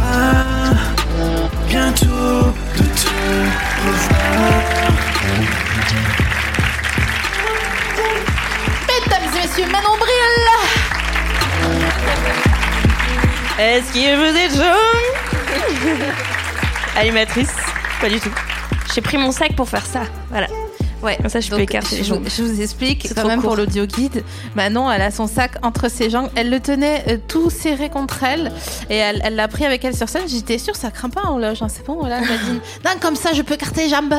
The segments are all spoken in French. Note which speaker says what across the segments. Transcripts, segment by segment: Speaker 1: Ah, bientôt de te revoir.
Speaker 2: Mesdames et messieurs, Manon Bril
Speaker 3: Est-ce que vous êtes chaud Animatrice Pas du tout. J'ai pris mon sac pour faire ça. Voilà.
Speaker 2: Ouais,
Speaker 3: Comme ça, je peux
Speaker 2: donc,
Speaker 3: écarter les
Speaker 2: je, vous,
Speaker 3: jambes.
Speaker 2: je vous explique,
Speaker 3: C'est
Speaker 2: quand
Speaker 3: trop
Speaker 2: même pour
Speaker 3: court.
Speaker 2: l'audio guide, Manon, elle a son sac entre ses jambes, elle le tenait euh, tout serré contre elle, et elle elle l'a pris avec elle sur scène, j'étais sûre, ça craint pas en loge, hein, c'est bon, voilà, elle m'a dit, non, comme ça, je peux écarter les jambes.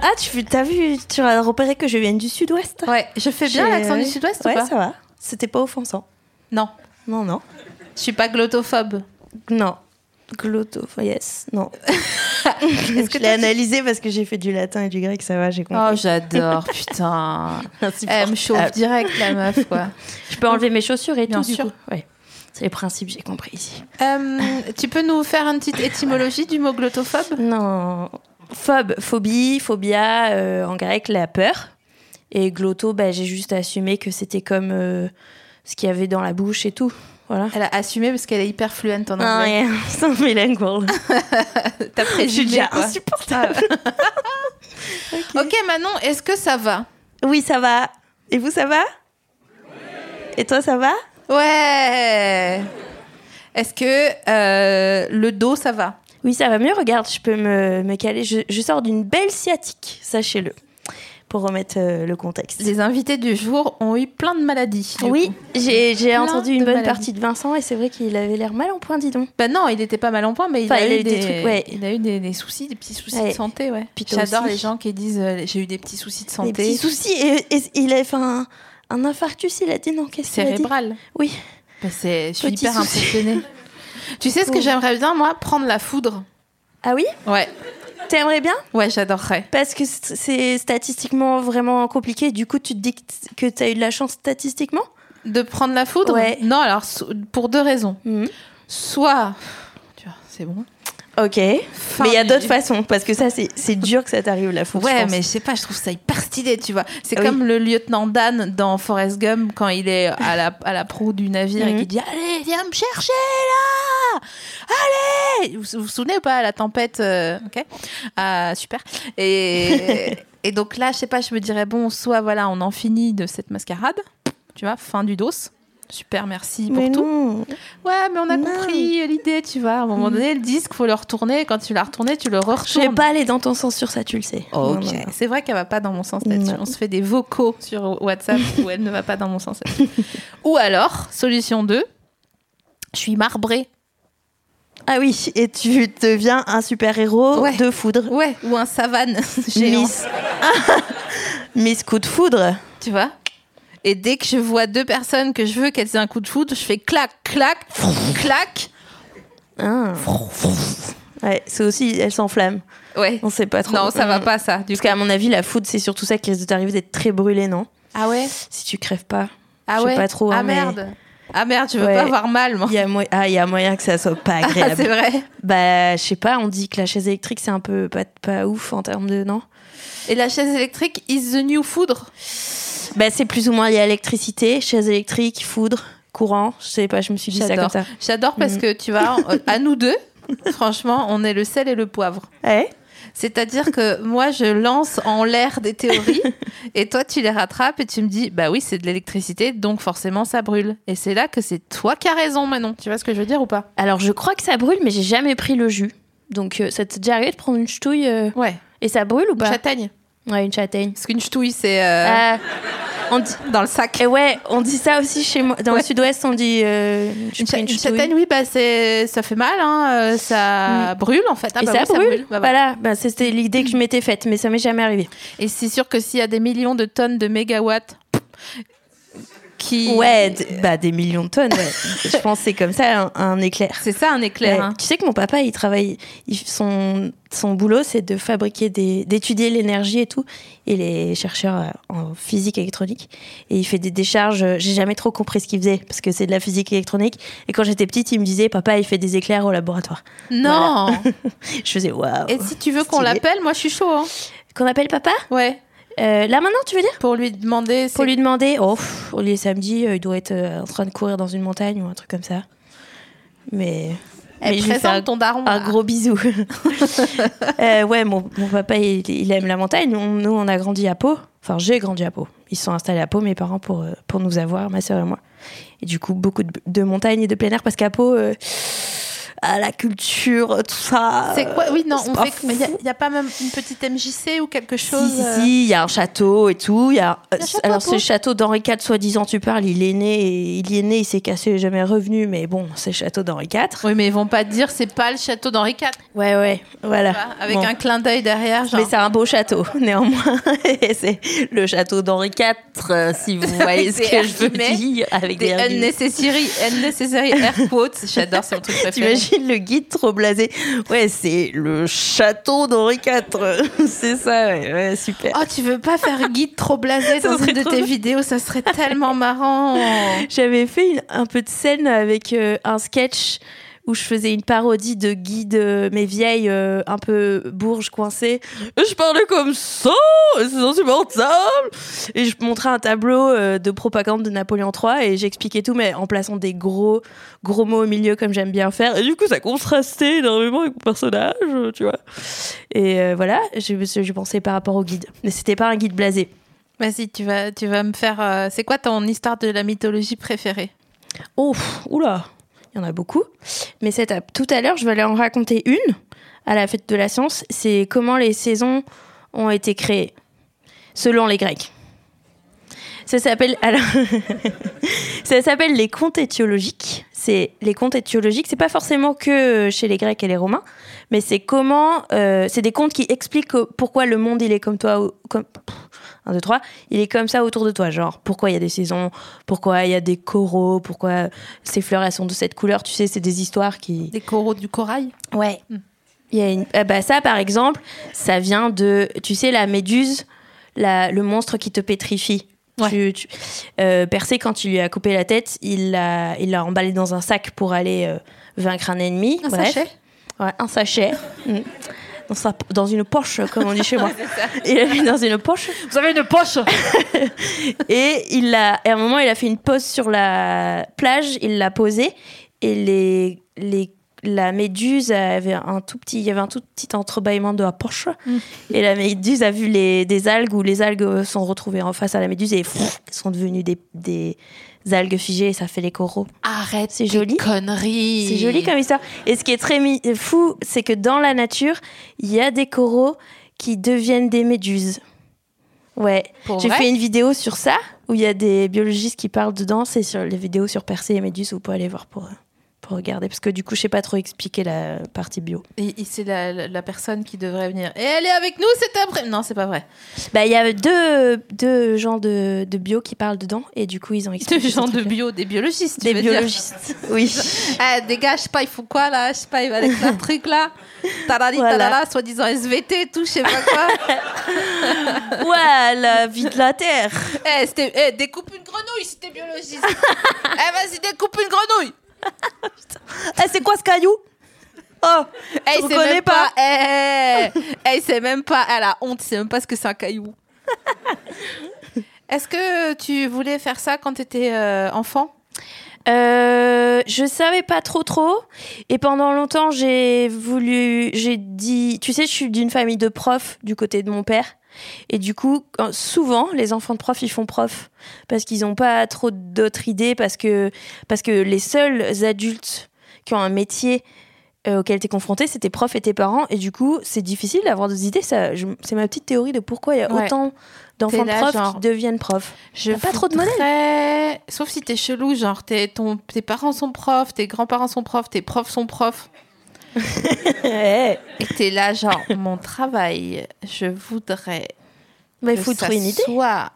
Speaker 3: Ah, tu t'as vu, tu as repéré que je viens du sud-ouest
Speaker 2: Ouais, je fais bien
Speaker 3: J'ai-
Speaker 2: l'accent du sud-ouest
Speaker 3: Ouais,
Speaker 2: ou pas
Speaker 3: ça va. C'était pas offensant.
Speaker 2: Non,
Speaker 3: Non, non.
Speaker 2: je suis pas glottophobe.
Speaker 3: Non. Glotto, yes, non.
Speaker 2: Est-ce
Speaker 3: Je l'ai analysé parce que j'ai fait du latin et du grec, ça va, j'ai
Speaker 2: Oh,
Speaker 3: compris.
Speaker 2: j'adore, putain.
Speaker 3: Merci
Speaker 2: Elle
Speaker 3: pour-
Speaker 2: me chauffe
Speaker 3: Ah,
Speaker 2: direct, la meuf, quoi.
Speaker 3: je peux enlever mes chaussures et
Speaker 2: Bien
Speaker 3: tout, du
Speaker 2: sûr.
Speaker 3: coup. Ouais. C'est les principes, j'ai compris ici.
Speaker 2: Euh, tu peux nous faire une petite étymologie du mot glottophobe
Speaker 3: Non. Phobe, phobie, phobia, euh, en grec, la peur. Et glotto, bah, j'ai juste assumé que c'était comme euh, ce qu'il y avait dans la bouche et tout. Voilà.
Speaker 2: Elle a assumé parce qu'elle est hyper fluente en
Speaker 3: Ah,
Speaker 2: anglais.
Speaker 3: ouais, c'est un bilingual.
Speaker 2: T'as
Speaker 3: Je suis
Speaker 2: présumé,
Speaker 3: déjà
Speaker 2: quoi.
Speaker 3: insupportable.
Speaker 2: Ok Manon, est-ce que ça va
Speaker 3: Oui, ça va. Et vous, ça va Et toi, ça va
Speaker 2: Ouais. Est-ce que euh, le dos ça va
Speaker 3: Oui, ça va mieux. Regarde, je peux me, me caler. Je, je sors d'une belle sciatique, sachez-le, pour remettre euh, le contexte.
Speaker 2: Les invités du jour ont eu plein de maladies. du
Speaker 3: Oui,
Speaker 2: coup.
Speaker 3: j'ai j'ai
Speaker 2: Plein
Speaker 3: entendu
Speaker 2: de
Speaker 3: une bonne
Speaker 2: maladies.
Speaker 3: partie de Vincent et c'est vrai qu'il avait l'air mal en point, dis donc.
Speaker 2: Bah non, il était pas mal en point, mais il,
Speaker 3: Enfin,
Speaker 2: a, eu des,
Speaker 3: trucs, ouais.
Speaker 2: il a eu des, des soucis, des petits soucis
Speaker 3: Ouais.
Speaker 2: de santé, ouais.
Speaker 3: Puis toi
Speaker 2: J'adore
Speaker 3: aussi.
Speaker 2: les gens qui disent euh, j'ai eu des petits soucis de
Speaker 3: Des
Speaker 2: santé.
Speaker 3: petits soucis. Et, et il avait fait un, un infarctus, il a dit non, qu'est-ce qu'il a dit
Speaker 2: cérébrales.
Speaker 3: Oui.
Speaker 2: Bah, c'est, je suis
Speaker 3: Petit
Speaker 2: hyper
Speaker 3: souci.
Speaker 2: impressionnée. tu sais ce que
Speaker 3: Pauvre.
Speaker 2: j'aimerais bien, moi, prendre la foudre.
Speaker 3: Ah oui
Speaker 2: Ouais,
Speaker 3: T'aimerais bien
Speaker 2: ouais, j'adorerais.
Speaker 3: Parce que c'est- c'est statistiquement vraiment compliqué. Du coup, tu te dis que t- que t'as eu de la chance statistiquement
Speaker 2: De prendre la foudre
Speaker 3: Ouais.
Speaker 2: Non, alors so- pour deux raisons.
Speaker 3: Mhm.
Speaker 2: Soit, tu vois, c'est bon.
Speaker 3: Ok.
Speaker 2: Fin
Speaker 3: mais il y a
Speaker 2: du-
Speaker 3: d'autres façons, parce que ça, c'est c'est dur que ça t'arrive la faute. je
Speaker 2: Ouais,
Speaker 3: pense.
Speaker 2: mais je sais pas, je trouve ça hyper stylé, tu vois. C'est
Speaker 3: Ah oui.
Speaker 2: comme le lieutenant Dan dans Forrest Gump quand il est à la, à la proue du navire et
Speaker 3: Mhm.
Speaker 2: qu'il dit Allez, viens me chercher là Allez vous, vous vous souvenez ou pas, la tempête euh, Ok. Ah, super. Et, et donc là, je sais pas, je me dirais Bon, soit voilà, on en finit de cette mascarade, tu vois, fin du dos. Super, merci pour
Speaker 3: Mais
Speaker 2: tout.
Speaker 3: non.
Speaker 2: Ouais, mais on a
Speaker 3: Non. Mm.
Speaker 2: compris l'idée, tu vois. À un moment donné, le disque, faut le retourner. Quand tu l'as retourné, tu le
Speaker 3: Je vais
Speaker 2: retournes.
Speaker 3: pas aller dans ton sens sur ça, tu le sais. Non,
Speaker 2: Oh, Ok.
Speaker 3: non, non.
Speaker 2: C'est vrai qu'elle va pas dans mon sens là-dessus.
Speaker 3: Non.
Speaker 2: On se fait des vocaux sur WhatsApp où elle ne va pas dans mon sens là-dessus. Ou alors, solution 2, je suis marbrée.
Speaker 3: Ah oui, et tu deviens un super-héros
Speaker 2: Ouais.
Speaker 3: de foudre.
Speaker 2: Ouais, ou un savane géant,
Speaker 3: Miss... Miss coup de foudre.
Speaker 2: tu vois. Et dès que je vois deux personnes que je veux qu'elles aient un coup de foudre, je fais clac, clac, clac.
Speaker 3: Ah. Ouais, c'est aussi, elle s'enflamme.
Speaker 2: Ouais.
Speaker 3: On sait pas trop.
Speaker 2: Non, ça va
Speaker 3: Mm.
Speaker 2: pas ça. Du
Speaker 3: Parce
Speaker 2: coup.
Speaker 3: qu'à mon avis, la foudre, c'est surtout ça qui risque de t'arriver d'être très brûlé, non
Speaker 2: Ah ouais
Speaker 3: Si tu crèves pas.
Speaker 2: Ah
Speaker 3: Je sais
Speaker 2: ouais
Speaker 3: pas trop,
Speaker 2: Ah
Speaker 3: hein, mais-
Speaker 2: merde. Ah merde, je veux
Speaker 3: Ouais.
Speaker 2: pas avoir mal, moi.
Speaker 3: Il y a moyen, ah, il y a moyen que ça soit pas
Speaker 2: Ah, c'est
Speaker 3: agréable.
Speaker 2: vrai.
Speaker 3: bah, je sais pas, on dit que la chaise électrique, c'est un peu pas, pas ouf en termes de. Non
Speaker 2: Et la chaise électrique is the new foudre.
Speaker 3: Bah, c'est plus ou moins lié à l'électricité, chaise électrique, foudre, courant. Je sais pas, je me suis dit ça comme
Speaker 2: J'adore.
Speaker 3: ça.
Speaker 2: J'adore parce que tu vois, euh, à nous deux, franchement, on est le sel et le poivre.
Speaker 3: Ouais.
Speaker 2: C'est-à-dire que moi, je lance en l'air des théories et toi, tu les rattrapes et tu me dis, bah oui, c'est de l'électricité, donc forcément, ça brûle. Et c'est là que c'est toi qui as raison, Manon. Tu vois ce que je veux dire ou pas
Speaker 3: Alors, je crois que ça brûle, mais j'ai jamais pris le jus. Donc, euh, ça t'est déjà arrivé de prendre une ch'touille euh,
Speaker 2: Ouais.
Speaker 3: et ça brûle ou
Speaker 2: Une
Speaker 3: pas
Speaker 2: châtaigne.
Speaker 3: Ouais, une châtaigne.
Speaker 2: Parce qu'une ch'touille, c'est. euh,
Speaker 3: Ah. On dit-
Speaker 2: dans le sac.
Speaker 3: Et ouais, on dit ça aussi chez moi. Dans
Speaker 2: Ouais.
Speaker 3: le sud-ouest, on dit euh, je
Speaker 2: Une,
Speaker 3: prends
Speaker 2: cha-
Speaker 3: une
Speaker 2: une
Speaker 3: chatouille.
Speaker 2: châtaigne, oui, bah c'est, ça fait mal, hein, euh, ça brûle en fait. Ah,
Speaker 3: Et
Speaker 2: bah
Speaker 3: ça,
Speaker 2: oui,
Speaker 3: brûle.
Speaker 2: Bah, voilà.
Speaker 3: Voilà, Bah, c'était l'idée que je m'étais faite, mais ça m'est jamais arrivé.
Speaker 2: Et c'est sûr que s'il y a des millions de tonnes de mégawatts qui.
Speaker 3: Ouais, d- bah des millions de tonnes. ouais. je pense que c'est comme ça un, un éclair.
Speaker 2: C'est ça un éclair.
Speaker 3: Ouais.
Speaker 2: hein.
Speaker 3: Tu sais que mon papa, il travaille, il- son, son boulot, c'est de fabriquer des, d'étudier l'énergie et tout. Il est chercheur euh, en physique électronique et il fait des décharges. euh, J'ai jamais trop compris ce qu'il faisait parce que c'est de la physique électronique. Et quand j'étais petite, il me disait, papa, il fait des éclairs au laboratoire.
Speaker 2: Non
Speaker 3: Je faisais waouh.
Speaker 2: Et si tu veux qu'on
Speaker 3: Stylé.
Speaker 2: l'appelle, moi je suis chaud. hein.
Speaker 3: Qu'on appelle papa
Speaker 2: Ouais.
Speaker 3: Euh, Là maintenant, tu veux dire
Speaker 2: Pour lui demander. c'est-
Speaker 3: Pour lui demander, oh, pff, il est samedi, euh, il doit être euh, en train de courir dans une montagne ou un truc comme ça. Mais,
Speaker 2: Eh,
Speaker 3: mais je lui fais
Speaker 2: présente
Speaker 3: un,
Speaker 2: ton daron.
Speaker 3: un
Speaker 2: là.
Speaker 3: gros bisou. Euh, ouais, mon, mon papa, il, il aime la montagne. On- nous, on a grandi à Pau. Enfin, j'ai grandi à Pau. Ils se sont installés à Pau, mes parents, pour, euh, pour nous avoir, ma sœur et moi. Et du coup, beaucoup de, de montagnes et de plein air, parce qu'à Pau, euh, à la culture, tout ça.
Speaker 2: C'est quoi Oui, non,
Speaker 3: c'est
Speaker 2: on
Speaker 3: pas
Speaker 2: fait.
Speaker 3: fou.
Speaker 2: Mais il n'y a, pas même une petite MJC ou quelque chose
Speaker 3: Si, si,
Speaker 2: euh,
Speaker 3: si, il y a un château et tout. Il y a, euh,
Speaker 2: un château à
Speaker 3: alors,
Speaker 2: Pau.
Speaker 3: ce château d'Henri IV, soi-disant, tu parles, il est né, et- il y est né, il s'est cassé, il est jamais revenu, mais bon, c'est le château d'Henri IV.
Speaker 2: Oui, mais ils vont pas te dire c'est pas le château d'Henri IV,
Speaker 3: Ouais, ouais, voilà.
Speaker 2: tu vois, avec
Speaker 3: Bon.
Speaker 2: un clin d'œil derrière. Genre.
Speaker 3: Mais c'est un beau château, néanmoins. Et c'est le château d'Henri IV, euh, si vous voyez ce
Speaker 2: Des
Speaker 3: que je veux
Speaker 2: guillemets,
Speaker 3: dire, avec
Speaker 2: des
Speaker 3: des, virgules.
Speaker 2: unnecessary, unnecessary air quotes. J'adore, c'est mon truc préféré.
Speaker 3: T'imagines le guide trop blasé. Ouais, c'est le château d'Henri IV. c'est ça, ouais, ouais, super.
Speaker 2: Oh, tu veux pas faire guide trop blasé dans
Speaker 3: serait
Speaker 2: une de
Speaker 3: trop
Speaker 2: tes
Speaker 3: bien.
Speaker 2: vidéos Ça serait tellement marrant.
Speaker 3: J'avais fait une- un peu de scène avec euh, un sketch où je faisais une parodie de guide euh, mes vieilles euh, un peu bourges coincées. Je parlais comme ça, c'est insupportable. Et je montrais un tableau euh, de propagande de Napoléon III et j'expliquais tout mais en plaçant des gros gros mots au milieu comme j'aime bien faire. Et du coup ça contrastait énormément avec mon personnage, euh, tu vois. Et euh, voilà, je, je pensais par rapport au guide, mais c'était pas un guide blasé.
Speaker 2: Vas-y, tu vas, tu vas me faire. euh, c'est quoi ton histoire de la mythologie préférée
Speaker 3: Oh, pff, oula, il y en a beaucoup. Mais cette, tout à l'heure, je vais aller en raconter une à la fête de la science. C'est comment les saisons ont été créées selon les Grecs. Ça s'appelle alors ça s'appelle les contes étiologiques. C'est les contes étiologiques. C'est pas forcément que euh, chez les Grecs et les Romains, mais c'est comment euh, c'est des contes qui expliquent euh, pourquoi le monde il est comme toi ou- comme 1 2 3, il est comme ça autour de toi, genre pourquoi il y a des saisons, pourquoi il y a des coraux, pourquoi ces fleurs elles sont de cette couleur, tu sais, c'est des histoires qui
Speaker 2: Des coraux du corail
Speaker 3: Ouais.
Speaker 2: Hmm.
Speaker 3: Il y a une... ah bah ça, par exemple, ça vient de, tu sais, la méduse, la- le monstre qui te pétrifie.
Speaker 2: Ouais.
Speaker 3: Tu, tu- euh, Persée, quand il lui a coupé la tête, il l'a il l'a emballé dans un sac pour aller euh, vaincre un ennemi.
Speaker 2: Un
Speaker 3: Bref.
Speaker 2: sachet Hmm.
Speaker 3: Ouais, un sachet. Mm. dans, sa- dans une poche, comme on dit chez moi. Il l'a mis dans une poche.
Speaker 2: Vous avez une poche
Speaker 3: Et, il l'a- et à un moment, il a fait une pause sur la plage, il l'a posée, et les, les, la méduse avait un tout petit, il y avait un tout petit entrebâillement de la poche,
Speaker 2: Mm.
Speaker 3: et la méduse a vu les, des algues où les algues euh, sont retrouvées en face à la méduse et pff, sont devenues des, des algues figées, et ça fait les coraux.
Speaker 2: Arrête,
Speaker 3: C'est joli.
Speaker 2: Connerie
Speaker 3: C'est joli comme histoire. Et ce qui est très mi- fou, c'est que dans la nature, il y a des coraux qui deviennent des méduses. Ouais.
Speaker 2: Pour
Speaker 3: J'ai
Speaker 2: vrai
Speaker 3: fait une vidéo sur ça, où il y a des biologistes qui parlent dedans. C'est sur les vidéos sur Persée et Méduse, vous pouvez aller voir pour, pour regarder. Parce que du coup, je sais pas trop expliquer la partie bio.
Speaker 2: Et, et c'est la, la- la personne qui devrait venir. Et elle est avec nous cet après Non, c'est pas vrai.
Speaker 3: Bah, il y a deux, deux gens de, de bio qui parlent dedans, et du coup, ils ont
Speaker 2: Des
Speaker 3: expliqué. ce
Speaker 2: gens de
Speaker 3: truc-là.
Speaker 2: bio, des biologistes. tu
Speaker 3: Des
Speaker 2: veux dire.
Speaker 3: biologistes, oui.
Speaker 2: Ah, des gars, je sais pas, ils font quoi là Je sais pas, ils vont avec leur truc là. Tarari,
Speaker 3: Voilà.
Speaker 2: tarara, soi-disant SVT, tout, je sais pas quoi.
Speaker 3: ouais, la vie de la Terre.
Speaker 2: Eh, c'était- eh, découpe une grenouille si t'es biologiste. eh, vas-y, découpe une grenouille.
Speaker 3: Eh, c'est quoi ce caillou Oh,
Speaker 2: Eh,
Speaker 3: Je
Speaker 2: il sait
Speaker 3: reconnais
Speaker 2: même pas. Eh, eh, eh. Eh, il sait même pas. Elle a honte, il sait même pas ce que c'est un caillou. Est-ce que tu voulais faire ça quand t'étais euh, enfant
Speaker 3: Euh, je savais pas trop trop et pendant longtemps j'ai voulu j'ai dit tu sais je suis d'une famille de profs du côté de mon père et du coup quand- souvent les enfants de profs ils font prof parce qu'ils ont pas trop d'autres idées parce que parce que les seuls adultes qui ont un métier euh, auxquels tu es confronté, c'est tes profs et tes parents. Et du coup, c'est difficile d'avoir des idées. Ça, je- c'est ma petite théorie de pourquoi il y a
Speaker 2: Ouais.
Speaker 3: autant d'enfants
Speaker 2: T'es là,
Speaker 3: profs
Speaker 2: genre-
Speaker 3: qui deviennent profs.
Speaker 2: Je
Speaker 3: T'as pas trop de modèles.
Speaker 2: voudrais- Sauf si t'es chelou, genre t'es, ton, tes parents sont profs, tes grands-parents sont profs, tes profs sont profs.
Speaker 3: Ouais.
Speaker 2: Et t'es là, genre, mon travail, je voudrais
Speaker 3: Bah, il
Speaker 2: que
Speaker 3: faut
Speaker 2: ça
Speaker 3: trouver une idée.
Speaker 2: soit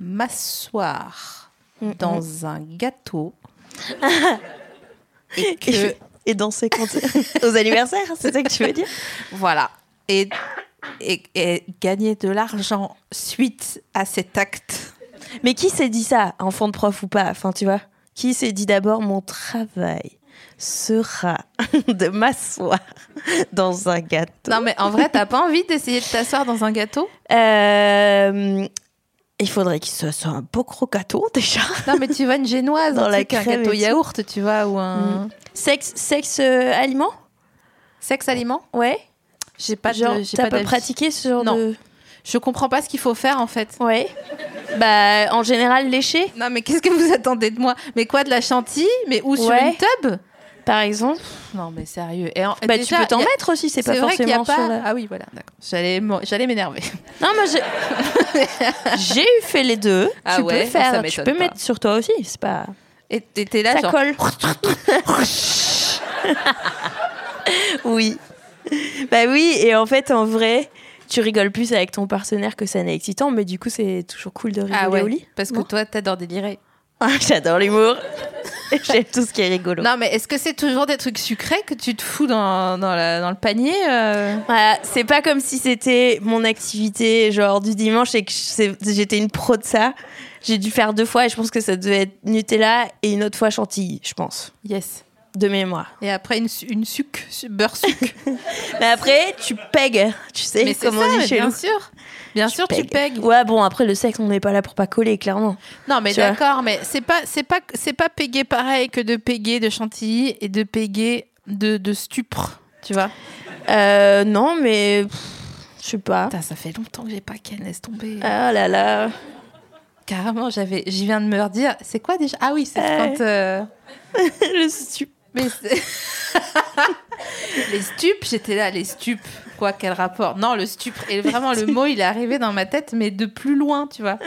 Speaker 2: m'asseoir
Speaker 3: Mm,
Speaker 2: dans
Speaker 3: mm.
Speaker 2: un gâteau et que
Speaker 3: Et, et danser quand aux anniversaires, c'est ça que tu veux dire
Speaker 2: voilà et, et, et gagner de l'argent suite à cet acte.
Speaker 3: Mais qui s'est dit ça, enfant de prof ou pas Enfin, tu vois, qui s'est dit d'abord mon travail sera de m'asseoir dans un gâteau
Speaker 2: Non mais en vrai, t'as pas envie d'essayer de t'asseoir dans un gâteau
Speaker 3: Euh, Il faudrait que ce soit un beau gros gâteau déjà.
Speaker 2: Non mais tu vois une génoise
Speaker 3: Dans
Speaker 2: dans
Speaker 3: la
Speaker 2: la un
Speaker 3: crème
Speaker 2: gâteau
Speaker 3: et tout. Mm.
Speaker 2: yaourt, tu vois ou un
Speaker 3: Sexe, sexe euh, aliment
Speaker 2: sexe aliment
Speaker 3: Ouais.
Speaker 2: J'ai pas de-
Speaker 3: Genre,
Speaker 2: j'ai
Speaker 3: t'as
Speaker 2: pas
Speaker 3: pas
Speaker 2: d'avis.
Speaker 3: pratiqué ce genre
Speaker 2: Non.
Speaker 3: de.
Speaker 2: Je comprends pas ce qu'il faut faire en fait.
Speaker 3: Ouais. Bah, en général, léché,
Speaker 2: Non mais qu'est-ce que vous attendez de moi Mais quoi de la chantilly Mais ou sur
Speaker 3: Ouais.
Speaker 2: une tub
Speaker 3: par exemple.
Speaker 2: Non mais sérieux. Et en-
Speaker 3: Bah, tu
Speaker 2: déjà,
Speaker 3: peux t'en
Speaker 2: Euh, y a-
Speaker 3: mettre aussi, c'est pas
Speaker 2: C'est vrai qu'il
Speaker 3: forcément
Speaker 2: y
Speaker 3: sur
Speaker 2: a pas.
Speaker 3: la-
Speaker 2: Ah oui, voilà, d'accord. J'allais, m'en- j'allais m'énerver.
Speaker 3: Non, moi, j'ai... j'ai eu fait les deux.
Speaker 2: Ah
Speaker 3: tu
Speaker 2: ouais
Speaker 3: peux
Speaker 2: Ah, ça
Speaker 3: faire, tu
Speaker 2: m'étonne
Speaker 3: peux
Speaker 2: pas.
Speaker 3: mettre sur toi aussi, c'est pas.
Speaker 2: Et t'es t'es là,
Speaker 3: ça
Speaker 2: genre.
Speaker 3: colle. oui. Bah oui, et en fait, en vrai, tu rigoles plus avec ton partenaire que ça n'est excitant, mais du coup, c'est toujours cool de rigoler
Speaker 2: Ah ouais.
Speaker 3: au lit.
Speaker 2: Parce que
Speaker 3: Non
Speaker 2: toi, t'adores délirer.
Speaker 3: Ah, J'adore l'humour. J'aime tout ce qui est rigolo.
Speaker 2: Non, mais est-ce que c'est toujours des trucs sucrés que tu te fous dans, dans, la- dans le panier euh
Speaker 3: Voilà, c'est pas comme si c'était mon activité genre du dimanche et que je- c'est- j'étais une pro de ça. J'ai dû faire deux fois et je pense que ça devait être Nutella et une autre fois chantilly, je pense,
Speaker 2: Yes.
Speaker 3: de mémoire.
Speaker 2: Et après, une, su- une suc, su- beurre suc.
Speaker 3: Mais après, tu pègues, tu sais,
Speaker 2: mais c'est
Speaker 3: comme
Speaker 2: ça,
Speaker 3: on
Speaker 2: mais
Speaker 3: dit chez
Speaker 2: bien
Speaker 3: nous.
Speaker 2: sûr. Bien sûr, tu pègues.
Speaker 3: Ouais, bon, après le sexe, on n'est pas là pour pas coller, clairement.
Speaker 2: Non, mais
Speaker 3: Tu vois.
Speaker 2: d'accord, mais c'est pas, c'est pas, c'est pas péguer pareil que de péguer de chantilly et de péguer de, de stupre, tu vois.
Speaker 3: Euh, non, mais. pff, Je sais pas.
Speaker 2: Putain, ça fait longtemps que j'ai pas qu'elle laisse tomber.
Speaker 3: Ah là là.
Speaker 2: Carrément, j'avais, je viens de me redire, c'est quoi déjà Ah oui, c'est
Speaker 3: Euh.
Speaker 2: quand. euh,
Speaker 3: Je suis.
Speaker 2: mais c'est- les stupes, j'étais là, les stupes. Quoi, quel rapport Non, le stupre. Et vraiment, le mot, il est arrivé dans ma tête, mais de plus loin, tu vois.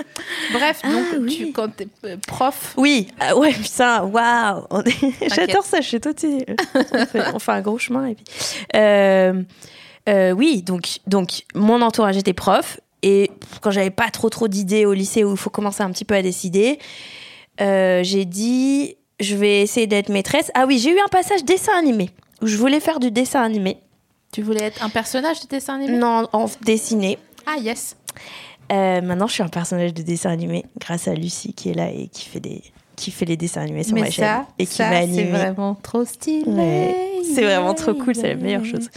Speaker 2: Bref,
Speaker 3: Ah
Speaker 2: donc, tu, quand t'es euh, prof,
Speaker 3: Oui, ah ouais, putain, waouh! On est- J'adore
Speaker 2: T'inquiète.
Speaker 3: ça chez toi, tu sais. On fait, on fait un gros chemin. Et puis... Euh, euh, oui, donc, donc mon entourage était prof. Et quand j'avais pas trop trop d'idées au lycée où il faut commencer un petit peu à décider, euh, j'ai dit je vais essayer d'être maîtresse. Ah oui, j'ai eu un passage dessin animé où je voulais faire du dessin animé.
Speaker 2: tu voulais être un personnage de dessin animé
Speaker 3: Non, en dessiné.
Speaker 2: Ah, yes.
Speaker 3: Euh, maintenant, je suis un personnage de dessin animé grâce à Lucie qui est là et qui fait des qui fait les dessins animés sur
Speaker 2: mais
Speaker 3: ma chaîne
Speaker 2: ça,
Speaker 3: et qui
Speaker 2: ça,
Speaker 3: m'a
Speaker 2: c'est
Speaker 3: animée.
Speaker 2: vraiment trop stylé.
Speaker 3: Ouais. C'est vraiment trop cool, c'est la meilleure chose.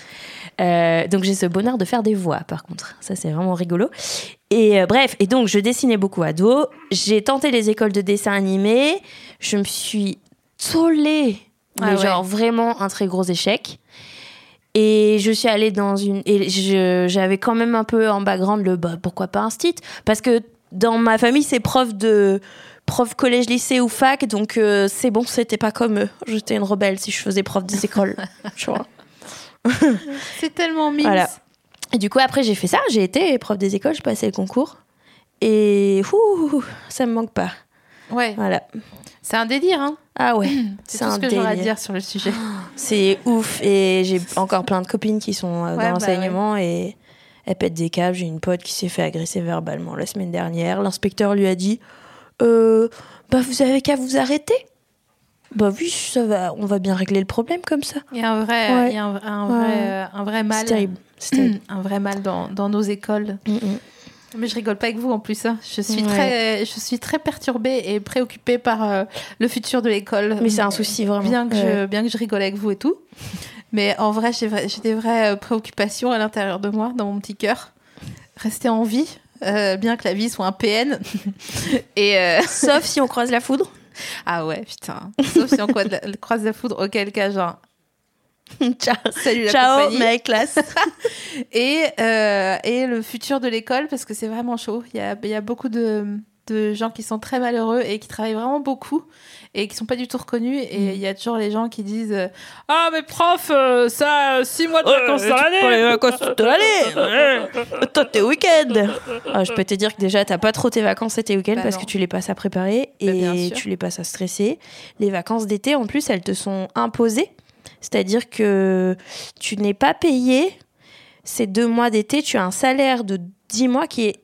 Speaker 3: Euh, donc j'ai ce bonheur de faire des voix, par contre. Ça, c'est vraiment rigolo. Et euh, bref, et donc je dessinais beaucoup à dos. J'ai tenté les écoles de dessin animé. Je me suis tollée, mais
Speaker 2: Ah ouais.
Speaker 3: genre vraiment un très gros échec. Et je suis allée dans une. Et je- j'avais quand même un peu en background le bah, pourquoi pas un stit Parce que dans ma famille, c'est prof de. Prof collège, lycée ou fac, donc euh, c'est bon, c'était pas comme eux. J'étais une rebelle si je faisais prof des écoles, tu vois.
Speaker 2: C'est tellement mignon.
Speaker 3: Voilà. Et du coup, après, j'ai fait ça. J'ai été prof des écoles, je passais le concours. Et ouh, ça me manque pas.
Speaker 2: Ouais,
Speaker 3: Voilà.
Speaker 2: c'est un délire, hein.
Speaker 3: Ah ouais, c'est
Speaker 2: C'est tout
Speaker 3: un
Speaker 2: ce que j'aurais à
Speaker 3: délire.
Speaker 2: dire sur le sujet.
Speaker 3: C'est ouf. Et j'ai encore plein de copines qui sont euh,
Speaker 2: Ouais, bah
Speaker 3: dans l'enseignement et elles pètent des câbles. J'ai une pote qui s'est fait agresser verbalement la semaine dernière. L'inspecteur lui a dit euh, Bah, vous avez qu'à vous arrêter. Bah oui, ça va, on va bien régler le problème comme ça.
Speaker 2: Il y a un vrai,
Speaker 3: Ouais.
Speaker 2: il y a un, un
Speaker 3: Ouais.
Speaker 2: vrai, euh, un vrai
Speaker 3: C'est
Speaker 2: mal,
Speaker 3: terrible. C'est terrible.
Speaker 2: un vrai mal dans, dans nos écoles.
Speaker 3: Mm, mm.
Speaker 2: Mais je rigole pas avec vous en plus. hein. Je suis
Speaker 3: Ouais.
Speaker 2: très, je suis très perturbée et préoccupée par euh, le futur de l'école.
Speaker 3: Mais c'est un souci vraiment.
Speaker 2: Bien que
Speaker 3: Ouais.
Speaker 2: je, bien que je rigole avec vous et tout. Mais en vrai, j'ai vra- j'ai des vraies euh, préoccupations à l'intérieur de moi, dans mon petit cœur. Rester en vie, euh, bien que la vie soit un PN. et euh,
Speaker 3: Sauf si on croise la foudre.
Speaker 2: ah ouais, putain. Sauf si on croise la, croise la foudre, auquel cas genre.
Speaker 3: Ciao.
Speaker 2: Salut la
Speaker 3: Ciao,
Speaker 2: compagnie.
Speaker 3: mec, classe.
Speaker 2: et, euh, et le futur de l'école, parce que c'est vraiment chaud. Il y a, il y a beaucoup de, de gens qui sont très malheureux et qui travaillent vraiment beaucoup et qui sont pas du tout reconnus.
Speaker 3: Mm.
Speaker 2: Et il y a toujours les gens qui disent euh, Ah, mais prof, euh, ça, euh, six mois de vacances dans l'année.
Speaker 3: de l'année Toi, tes week-ends Ah, Je peux te dire que déjà, t'as pas trop tes vacances et tes week-ends
Speaker 2: Bah
Speaker 3: parce
Speaker 2: non.
Speaker 3: que tu les passes à préparer
Speaker 2: Bah, bien
Speaker 3: et
Speaker 2: sûr.
Speaker 3: tu les passes à stresser. Les vacances d'été, en plus, elles te sont imposées. C'est-à-dire que tu n'es pas payé ces deux mois d'été. Tu as un salaire de 10 mois qui est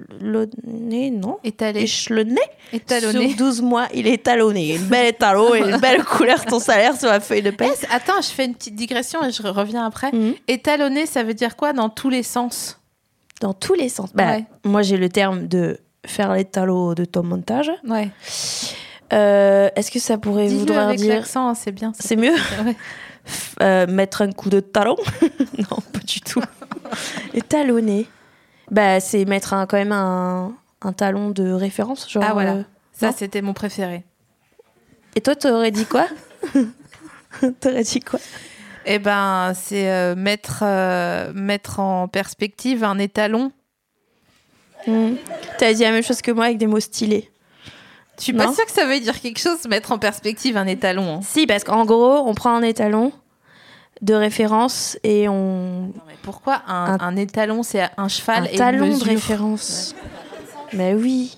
Speaker 3: étalonné, non
Speaker 2: Étalé,
Speaker 3: Échelonné
Speaker 2: étalonné.
Speaker 3: Sur 12 mois, il est étalonné. Une belle étalon et une belle couleur ton salaire sur la feuille de paie.
Speaker 2: Eh, c- attends, je fais une petite digression et je re- reviens après. Étalonné, ça veut dire quoi dans tous les sens
Speaker 3: Dans tous les sens. Bah,
Speaker 2: Ouais.
Speaker 3: Moi, j'ai le terme de faire l'étalon de ton montage.
Speaker 2: Ouais.
Speaker 3: Euh, Est-ce que ça pourrait
Speaker 2: Dis-le
Speaker 3: vouloir
Speaker 2: avec
Speaker 3: dire.
Speaker 2: l'accent, c'est bien.
Speaker 3: C'est mieux
Speaker 2: Ouais.
Speaker 3: Euh, Mettre un coup de talon Non, pas du tout. Étalonner. Bah, c'est mettre un- quand même un, un talon de référence. Genre,
Speaker 2: Ah, voilà.
Speaker 3: euh,
Speaker 2: Ça,
Speaker 3: Non.
Speaker 2: c'était mon préféré.
Speaker 3: Et toi, t'aurais dit quoi T'aurais dit quoi
Speaker 2: Eh ben, c'est euh, mettre, euh, mettre en perspective un étalon.
Speaker 3: Hmm. T'as dit la même chose que moi avec des mots stylés.
Speaker 2: Je suis pas
Speaker 3: Non.
Speaker 2: sûre que ça veut dire quelque chose, mettre en perspective un étalon. hein.
Speaker 3: Si, parce qu'en gros, on prend un étalon de référence et on.
Speaker 2: Non, mais pourquoi un,
Speaker 3: Un-
Speaker 2: un étalon, c'est un cheval
Speaker 3: Un
Speaker 2: et une
Speaker 3: talon de
Speaker 2: mesure
Speaker 3: référence. Mais oui.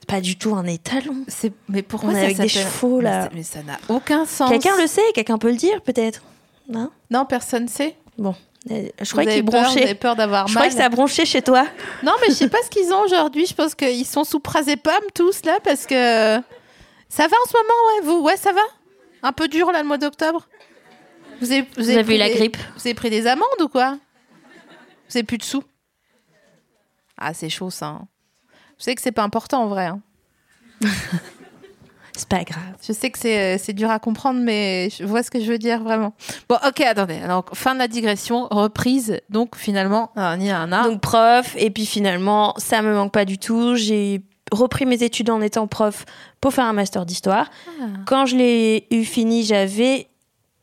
Speaker 3: C'est Pas du tout un étalon.
Speaker 2: C'est- Mais pourquoi
Speaker 3: On est
Speaker 2: ça
Speaker 3: avec des
Speaker 2: s'appelle-
Speaker 3: chevaux, là.
Speaker 2: Mais c'est- Mais, ça n'a aucun sens.
Speaker 3: Quelqu'un le sait, quelqu'un peut le dire peut-être. Non
Speaker 2: Non, personne sait.
Speaker 3: Bon. Euh, Je
Speaker 2: Vous
Speaker 3: croyais
Speaker 2: avez
Speaker 3: qu'il
Speaker 2: peur, vous avez
Speaker 3: bronchait.
Speaker 2: peur d'avoir
Speaker 3: Je
Speaker 2: mal.
Speaker 3: croyais que ça bronchait chez toi.
Speaker 2: Non, mais je sais pas ce qu'ils ont aujourd'hui. Je pense qu'ils sont sous prazépam tous là parce que ça va en ce moment, ouais. Vous, ouais, ça va. Un peu dur là le mois d'octobre. Vous avez,
Speaker 3: Vous avez
Speaker 2: pris
Speaker 3: eu la
Speaker 2: des-
Speaker 3: grippe.
Speaker 2: Vous avez pris des amendes ou quoi Vous avez plus de sous Ah, c'est chaud ça. hein. Je sais que c'est pas important en vrai. hein.
Speaker 3: C'est pas grave.
Speaker 2: Je sais que c'est euh, c'est dur à comprendre, mais je vois ce que je veux dire vraiment. Bon, ok, attendez. Alors, fin de la digression, reprise. Donc, finalement, ah, un y a un
Speaker 3: Donc prof, et puis finalement, ça me manque pas du tout. J'ai repris mes études en étant prof pour faire un master d'histoire.
Speaker 2: Ah.
Speaker 3: Quand je l'ai eu fini, j'avais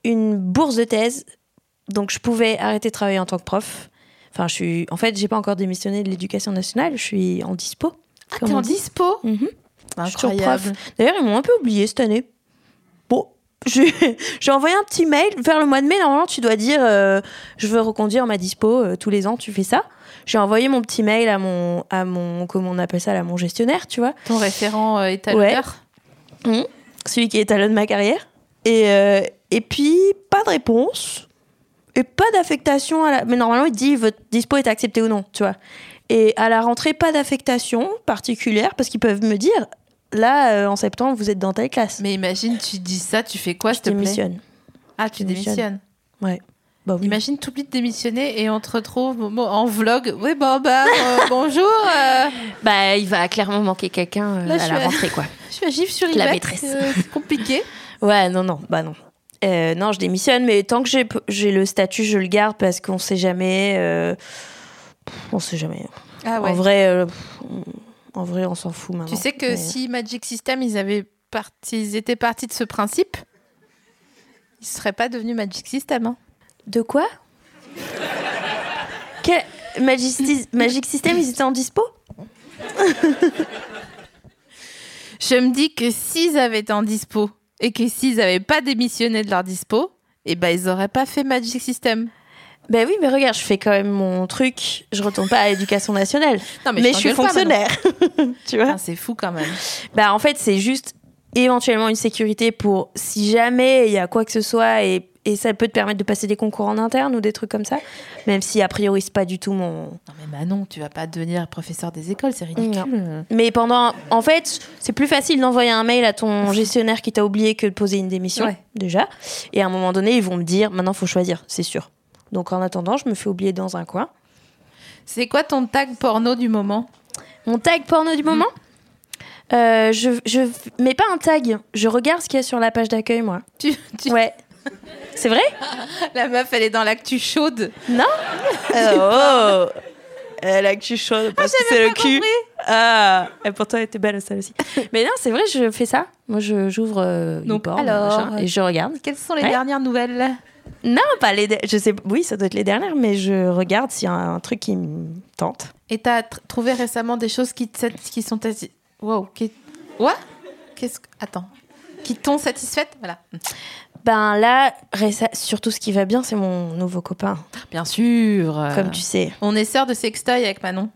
Speaker 3: une bourse de thèse, donc je pouvais arrêter de travailler en tant que prof. Enfin, je suis, en fait, j'ai pas encore démissionné de l'éducation nationale. Je suis en dispo.
Speaker 2: Ah,
Speaker 3: comme
Speaker 2: t'es
Speaker 3: on
Speaker 2: en
Speaker 3: dit.
Speaker 2: dispo
Speaker 3: Mhm. Je suis toujours
Speaker 2: Incroyable.
Speaker 3: prof. D'ailleurs, ils m'ont un peu oublié cette année. Bon, j'ai j'ai envoyé un petit mail vers le mois de mai. Normalement, tu dois dire euh, je veux reconduire ma dispo euh, tous les ans. Tu fais ça. J'ai envoyé mon petit mail à mon à mon comment on appelle ça, là, à mon gestionnaire, tu vois,
Speaker 2: Ton référent euh, étalonneur
Speaker 3: celui qui est à de ma carrière. Et euh, et puis pas de réponse et pas d'affectation à la. Mais normalement, il te dit votre dispo est acceptée ou non, tu vois. Et à la rentrée, pas d'affectation particulière parce qu'ils peuvent me dire là euh, en septembre vous êtes dans telle classe.
Speaker 2: Mais imagine, tu dis ça, tu fais quoi,
Speaker 3: je
Speaker 2: s'il te plaît
Speaker 3: démissionne.
Speaker 2: Ah, tu
Speaker 3: Je démissionne.
Speaker 2: démissionnes.
Speaker 3: Bah oui.
Speaker 2: Imagine, t'oublies de démissionner et on te retrouve mo- en vlog. Oui, bon, bah, euh, bonjour. euh,
Speaker 3: Bah, il va clairement manquer quelqu'un euh,
Speaker 2: Là,
Speaker 3: à
Speaker 2: je
Speaker 3: la
Speaker 2: suis-
Speaker 3: rentrée, quoi.
Speaker 2: je suis à Gif sur
Speaker 3: La
Speaker 2: Ibex,
Speaker 3: maîtresse.
Speaker 2: euh, c'est compliqué.
Speaker 3: Ouais, non, non, bah non. Euh, non, je démissionne, mais tant que j'ai, j'ai le statut, je le garde parce qu'on sait jamais. euh, pff, On sait jamais.
Speaker 2: Ah
Speaker 3: En vrai, euh, pff, on- en vrai, on s'en fout maintenant.
Speaker 2: Tu sais que
Speaker 3: Mais-
Speaker 2: si Magic System, ils, avaient parti, ils étaient partis de ce principe, ils ne seraient pas devenus Magic System. hein.
Speaker 3: De quoi Quel... Magic, Sys- Magic System, ils étaient en dispo
Speaker 2: Je me dis que s'ils avaient été en dispo et que s'ils n'avaient pas démissionné de leur dispo, eh ben, ils n'auraient pas fait Magic System.
Speaker 3: Ben oui, mais regarde, je fais quand même mon truc. Je retourne pas à l'éducation nationale.
Speaker 2: Non,
Speaker 3: mais je suis
Speaker 2: Ah, t'engueule pas, maintenant.
Speaker 3: fonctionnaire. tu vois
Speaker 2: Putain, C'est fou quand même.
Speaker 3: Bah en fait, c'est juste éventuellement une sécurité pour si jamais il y a quoi que ce soit et, et ça peut te permettre de passer des concours en interne ou des trucs comme ça, même si a priori c'est pas du tout mon.
Speaker 2: Non mais Manon, tu vas pas devenir professeur des écoles, c'est ridicule.
Speaker 3: Mais pendant, en fait, c'est plus facile d'envoyer un mail à ton gestionnaire qui t'a oublié que de poser une démission
Speaker 2: Ouais.
Speaker 3: déjà. Et à un moment donné, ils vont me dire maintenant faut choisir, c'est sûr. Donc en attendant, je me fais oublier dans un coin.
Speaker 2: C'est quoi ton tag porno du moment
Speaker 3: Mon tag porno du moment. Mm. Euh, je, je mets pas un tag, je regarde ce qu'il y a sur la page d'accueil, moi.
Speaker 2: tu, tu-
Speaker 3: Ouais. C'est vrai
Speaker 2: La meuf, elle est dans l'actu chaude.
Speaker 3: Non Ah, Oh Elle a que cul chaude parce que c'est le cul. Ah Et pourtant, elle était belle, celle aussi. Mais non, c'est vrai, je fais ça. Moi, je- j'ouvre euh,
Speaker 2: Donc,
Speaker 3: YouPorn,
Speaker 2: alors,
Speaker 3: machin, et je regarde.
Speaker 2: Quelles sont les
Speaker 3: Ouais.
Speaker 2: dernières nouvelles
Speaker 3: Non, pas les. de- Je sais. Oui, ça doit être les dernières, mais je regarde s'il y a un truc qui me tente.
Speaker 2: Et t'as tr- trouvé récemment des choses qui, te sat- qui sont... sati- Wow, qui... What Qu'est-ce que... Attends. Qui t'ont satisfaite Voilà.
Speaker 3: Ben là, réce- surtout ce qui va bien, c'est mon nouveau copain,
Speaker 2: Bien sûr. euh,
Speaker 3: comme tu sais.
Speaker 2: On est sœurs de sextoy avec Manon.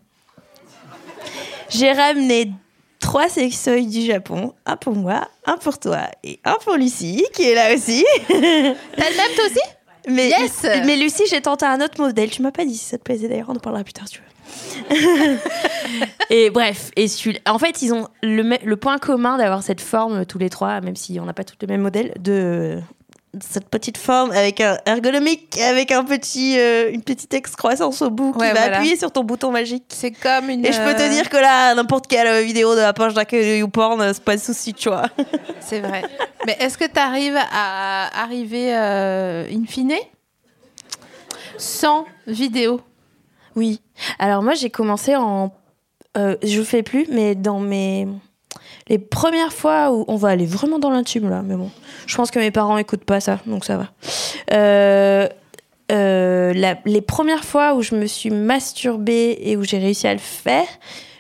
Speaker 3: J'ai ramené trois sextoys du Japon, un pour moi, un pour toi et un pour Lucie, qui est là aussi.
Speaker 2: T'as le même, toi aussi
Speaker 3: Mais,
Speaker 2: Yes
Speaker 3: mais Lucie, j'ai tenté un autre modèle. Tu m'as pas dit si ça te plaisait d'ailleurs. On en parlera plus tard, si tu veux. et bref, et celui- en fait, ils ont le, me- le point commun d'avoir cette forme euh, tous les trois, même si on n'a pas tous le même modèle, de euh, cette petite forme avec un ergonomique, avec un petit, euh, une petite excroissance au bout qui
Speaker 2: Ouais,
Speaker 3: va
Speaker 2: voilà.
Speaker 3: appuyer sur ton bouton magique.
Speaker 2: C'est comme une...
Speaker 3: Et je peux te
Speaker 2: euh,
Speaker 3: dire que là, n'importe quelle euh, vidéo de la page d'accueil de YouPorn, c'est pas de souci, tu vois.
Speaker 2: C'est vrai. Mais est-ce que tu arrives à arriver euh, in fine sans vidéo
Speaker 3: Oui. Alors moi, j'ai commencé en... euh, je le fais plus, mais dans mes... Les premières fois où on va aller vraiment dans l'intime, là, mais bon. Je pense que mes parents écoutent pas ça, donc ça va. Euh, euh, la- les premières fois où je me suis masturbée et où j'ai réussi à le faire,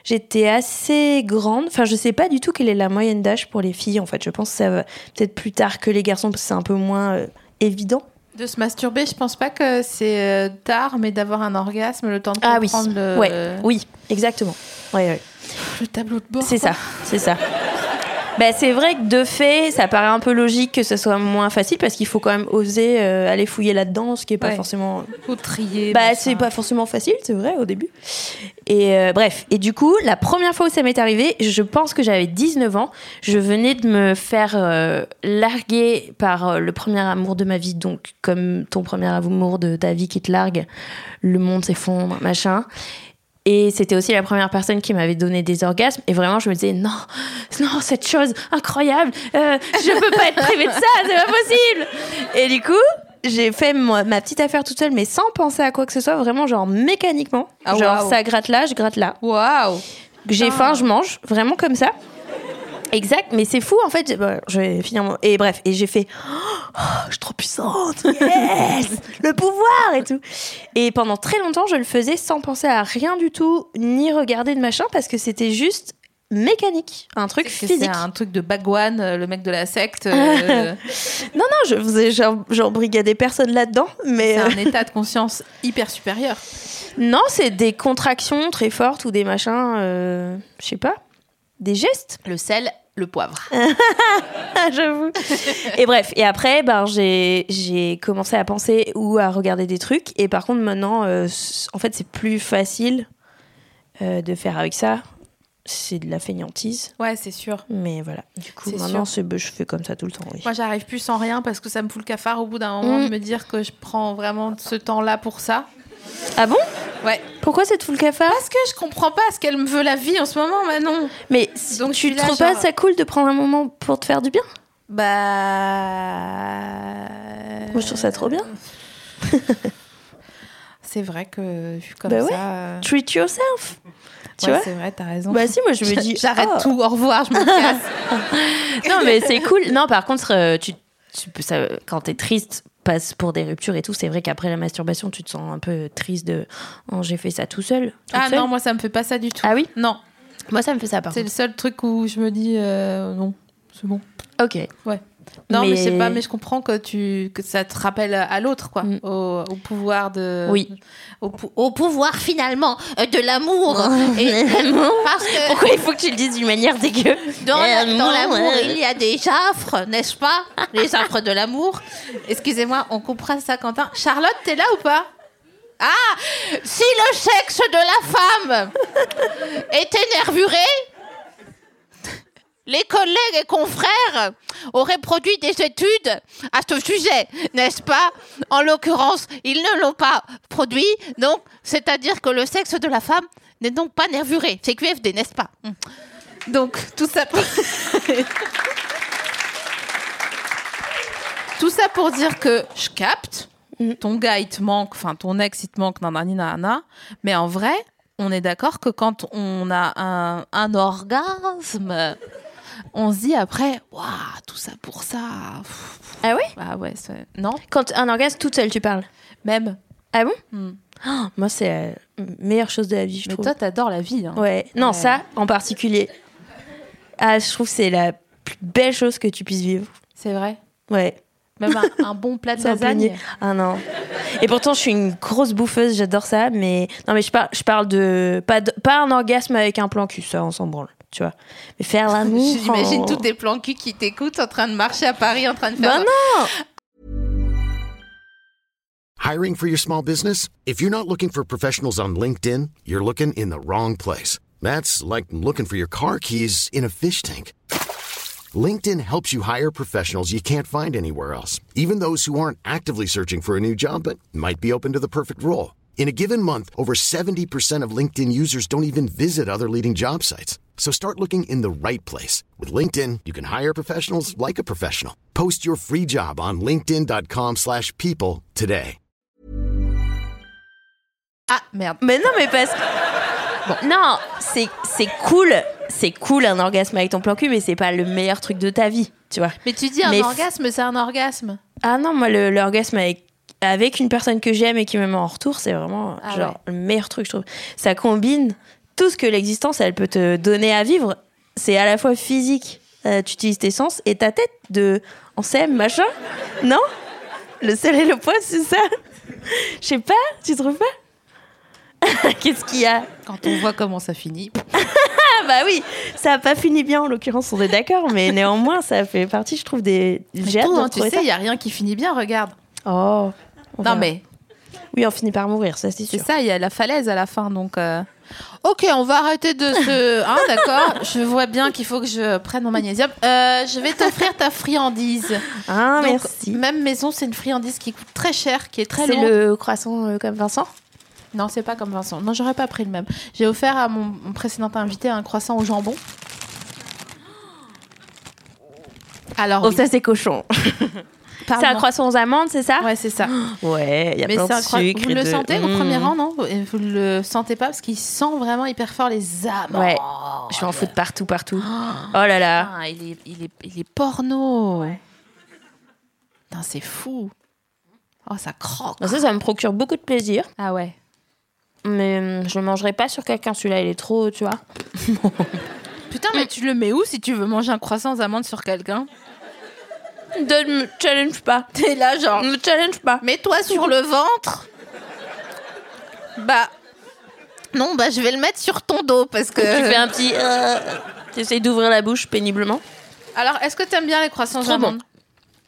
Speaker 3: j'étais assez grande. Enfin, je sais pas du tout quelle est la moyenne d'âge pour les filles, en fait. Je pense que ça va peut-être plus tard que les garçons, parce que c'est un peu moins euh, évident.
Speaker 2: De se masturber, je pense pas que c'est euh, tard, mais d'avoir un orgasme, le temps de
Speaker 3: Ah oui.
Speaker 2: comprendre le,
Speaker 3: Ouais, oui, exactement. Ouais, ouais.
Speaker 2: le tableau de bord.
Speaker 3: C'est ça, c'est ça. Bah, c'est vrai que de fait, ça paraît un peu logique que ce soit moins facile parce qu'il faut quand même oser euh, aller fouiller là-dedans, ce qui est pas
Speaker 2: Ouais.
Speaker 3: forcément.
Speaker 2: Faut trier.
Speaker 3: Bah,
Speaker 2: machin.
Speaker 3: c'est pas forcément facile, c'est vrai au début. Et euh, bref, et du coup, la première fois où ça m'est arrivé, je pense que j'avais 19 ans. Je venais de me faire euh, larguer par euh, le premier amour de ma vie, donc comme ton premier amour de ta vie qui te largue, le monde s'effondre, machin. Et c'était aussi la première personne qui m'avait donné des orgasmes. Et vraiment, je me disais, non, non, cette chose incroyable, euh, je peux pas être privée de ça, c'est pas possible. Et du coup, j'ai fait moi, ma petite affaire toute seule, mais sans penser à quoi que ce soit, vraiment, genre mécaniquement.
Speaker 2: Ah,
Speaker 3: genre,
Speaker 2: waouh. Ah.
Speaker 3: ça gratte là, je gratte là.
Speaker 2: Waouh
Speaker 3: J'ai
Speaker 2: Putain.
Speaker 3: faim, je mange, vraiment comme ça. Exact, mais c'est fou en fait. Bah, je vais finir mon- Et bref, et j'ai fait. Oh, je suis trop puissante! Yes! le pouvoir et tout! Et pendant très longtemps, je le faisais sans penser à rien du tout, ni regarder de machin, parce que c'était juste mécanique, un truc
Speaker 2: Est-ce que C'est
Speaker 3: physique.
Speaker 2: un truc de Bagwan, euh, le mec de la secte. euh,
Speaker 3: Non, non, je faisais genre, j'embrigadais personne là-dedans, mais.
Speaker 2: c'est
Speaker 3: euh,
Speaker 2: un état de conscience hyper supérieur.
Speaker 3: Non, c'est des contractions très fortes ou des machins, euh, je sais pas, des gestes.
Speaker 2: Le sel, le poivre.
Speaker 3: Ah, J'avoue. et bref, et après, ben, j'ai j'ai commencé à penser ou à regarder des trucs. Et par contre, maintenant, euh, c- en fait, c'est plus facile euh, de faire avec ça. C'est de la fainéantise.
Speaker 2: Ouais, c'est sûr.
Speaker 3: Mais voilà. Du coup,
Speaker 2: C'est
Speaker 3: maintenant, c'est- bah, je fais comme ça tout le temps. oui.
Speaker 2: Moi, j'arrive plus sans rien parce que ça me fout le cafard au bout d'un moment
Speaker 3: Mm.
Speaker 2: de me dire que je prends vraiment ce temps-là pour ça.
Speaker 3: Ah bon
Speaker 2: Ouais.
Speaker 3: Pourquoi c'est tout le cafard
Speaker 2: Parce que je comprends pas ce qu'elle me veut la vie en ce moment, Manon.
Speaker 3: Mais
Speaker 2: Donc,
Speaker 3: Donc,
Speaker 2: je
Speaker 3: tu
Speaker 2: suis là,
Speaker 3: trouves pas
Speaker 2: genre-
Speaker 3: ça cool de prendre un moment pour te faire du bien
Speaker 2: Bah.
Speaker 3: Moi, je trouve ça trop bien.
Speaker 2: C'est vrai que je suis comme
Speaker 3: Bah ouais.
Speaker 2: ça. euh,
Speaker 3: Treat yourself Tu
Speaker 2: ouais,
Speaker 3: vois
Speaker 2: c'est vrai, t'as raison.
Speaker 3: Bah si, moi, je me dis...
Speaker 2: J'arrête
Speaker 3: oh.
Speaker 2: tout, au revoir, je me casse.
Speaker 3: Non, mais c'est cool. Non, par contre, euh, tu, tu peux- ça, quand t'es triste, passe pour des ruptures et tout. C'est vrai qu'après la masturbation, tu te sens un peu triste de oh, j'ai fait ça tout seul. toute
Speaker 2: Ah
Speaker 3: seule.
Speaker 2: non, moi, ça me fait pas ça du tout.
Speaker 3: Ah oui
Speaker 2: Non,
Speaker 3: Moi, ça me fait ça par
Speaker 2: c'est le
Speaker 3: contre.
Speaker 2: seul truc où je me dis euh, non, c'est bon.
Speaker 3: Ok.
Speaker 2: Euh, Non, mais,
Speaker 3: Mais-
Speaker 2: je sais pas, mais je comprends que, tu, que ça te rappelle à l'autre, quoi.
Speaker 3: Mm.
Speaker 2: Au, au pouvoir de.
Speaker 3: Oui.
Speaker 2: Au, pou- au pouvoir, finalement, euh, de l'amour. Et parce que
Speaker 3: Pourquoi il faut que tu le dises d'une manière dégueu
Speaker 2: Dans, la-
Speaker 3: Euh,
Speaker 2: dans
Speaker 3: non,
Speaker 2: l'amour,
Speaker 3: euh.
Speaker 2: il y a des affres, n'est-ce pas Les affres de l'amour. Excusez-moi, on comprend ça, Quentin. Charlotte, t'es là ou pas Ah Si le sexe de la femme est énervuré, les collègues et confrères auraient produit des études à ce sujet, n'est-ce pas En l'occurrence, ils ne l'ont pas produit, donc c'est-à-dire que le sexe de la femme n'est donc pas nervuré. C'est QFD, n'est-ce pas Hmm. donc, tout ça pour... tout ça pour dire que je capte,
Speaker 3: Mm.
Speaker 2: ton gars, il te manque, enfin, ton ex, il te manque, nanani, nanana. Mais en vrai, on est d'accord que quand on a un, un orgasme, on se dit après, waouh, tout ça pour ça. Pff,
Speaker 3: Ah oui
Speaker 2: Ah ouais, c'est- non,
Speaker 3: Quand un orgasme, toute seule, tu parles.
Speaker 2: même.
Speaker 3: Ah bon
Speaker 2: Hmm.
Speaker 3: Oh, Moi, c'est la meilleure chose de la vie, je
Speaker 2: Mais
Speaker 3: trouve.
Speaker 2: toi, t'adores la vie. hein.
Speaker 3: Ouais, non,
Speaker 2: Ouais.
Speaker 3: ça en particulier. Ah, je trouve que c'est la plus belle chose que tu puisses vivre.
Speaker 2: C'est vrai.
Speaker 3: Ouais.
Speaker 2: Même un, un bon plat de
Speaker 3: C'est un peu
Speaker 2: lasagne.
Speaker 3: niais. Ah non. Et pourtant, je suis une grosse bouffeuse, j'adore ça, mais non, mais je, par- je parle de pas, de- pas un orgasme avec un plan cul, ça, on s'en branle, tu vois. Mais faire l'amour.
Speaker 2: J'imagine
Speaker 3: en-
Speaker 2: tous des plans cul qui t'écoutent en train de marcher à Paris, en train de faire.
Speaker 3: Bah non
Speaker 4: Hiring for your small business? If you're not looking for professionals on LinkedIn, you're looking in the wrong place. That's like looking for your car keys in a fish tank. LinkedIn helps you hire professionals you can't find anywhere else, even those who aren't actively searching for a new job but might be open to the perfect role. In a given month, over 70% of LinkedIn users don't even visit other leading job sites. So start looking in the right place. With LinkedIn, you can hire professionals like a professional. Post your free job on linkedin.com/people slash people today.
Speaker 2: Ah merde.
Speaker 3: Mais non, mais parce que. Non, c'est c'est cool, c'est cool un orgasme avec ton plan cul, mais c'est pas le meilleur truc de ta vie, tu vois.
Speaker 2: Mais tu dis un
Speaker 3: Mais f-
Speaker 2: orgasme, c'est un orgasme.
Speaker 3: Ah non, moi, le- l'orgasme avec, avec une personne que j'aime et qui me met en retour, c'est vraiment
Speaker 2: Ah
Speaker 3: genre, le meilleur truc, je trouve. Ça combine tout ce que l'existence, elle peut te donner à vivre. C'est à la fois physique, euh, tu utilises tes sens, et ta tête de en sème, machin. Non Le sel et le poivre, c'est ça Je sais pas, tu trouves pas Qu'est-ce qu'il y a
Speaker 2: Quand on voit comment ça finit.
Speaker 3: Ah bah oui, ça a pas fini bien en l'occurrence, on est d'accord, mais néanmoins, ça fait partie, je trouve, des... J'ai
Speaker 2: Mais
Speaker 3: hâte
Speaker 2: tout,
Speaker 3: d'en
Speaker 2: hein, tu
Speaker 3: retrouver
Speaker 2: sais, il y a rien qui finit bien. Regarde.
Speaker 3: ça. Oh on verra.
Speaker 2: Non mais
Speaker 3: Oui, on finit par mourir, ça c'est
Speaker 2: c'est
Speaker 3: sûr.
Speaker 2: ça, il y a la falaise à la fin, donc. euh, Ok, on va arrêter de se. Hein, d'accord. Je vois bien qu'il faut que je prenne mon magnésium. Euh, je vais t'offrir ta friandise.
Speaker 3: Ah,
Speaker 2: Donc,
Speaker 3: merci.
Speaker 2: Même maison, c'est une friandise qui coûte très cher, qui est très
Speaker 3: C'est
Speaker 2: longue.
Speaker 3: le croissant euh, comme Vincent
Speaker 2: Non, c'est pas comme Vincent. Non, j'aurais pas pris le même. J'ai offert à mon mon précédent invité un croissant au jambon.
Speaker 3: Oh,
Speaker 2: Alors, oui.
Speaker 3: c'est cochon.
Speaker 2: Pardon.
Speaker 3: C'est un croissant aux amandes, c'est ça
Speaker 2: Ouais, c'est ça.
Speaker 3: Ouais, il y a
Speaker 2: Mais
Speaker 3: plein
Speaker 2: c'est
Speaker 3: de
Speaker 2: incroyable.
Speaker 3: sucre.
Speaker 2: Vous
Speaker 3: et
Speaker 2: le
Speaker 3: de-
Speaker 2: sentez au
Speaker 3: Mm.
Speaker 2: premier rang, non Et Vous le sentez pas parce qu'il sent vraiment hyper fort les amandes.
Speaker 3: Ouais, je vais en foutre partout, partout. Oh là là.
Speaker 2: Ah, il, est, il, est, il est porno. Putain, c'est fou. Oh, ça croque.
Speaker 3: Non, ça, ça me procure beaucoup de plaisir.
Speaker 2: Ah ouais.
Speaker 3: Mais hum, je le mangerai pas sur quelqu'un, celui-là, il est trop, tu vois.
Speaker 2: Putain, mais tu le mets où si tu veux manger un croissant aux amandes sur quelqu'un
Speaker 3: Ne me challenge pas.
Speaker 2: T'es là, genre.
Speaker 3: Ne me challenge pas.
Speaker 2: Mets-toi sur le ventre. Bah. Non, bah je vais le mettre sur ton dos parce que.
Speaker 3: Tu fais un petit. euh, T'essayes d'ouvrir la bouche péniblement.
Speaker 2: Alors, est-ce que t'aimes bien les croissants
Speaker 3: Trop bon.
Speaker 2: amandes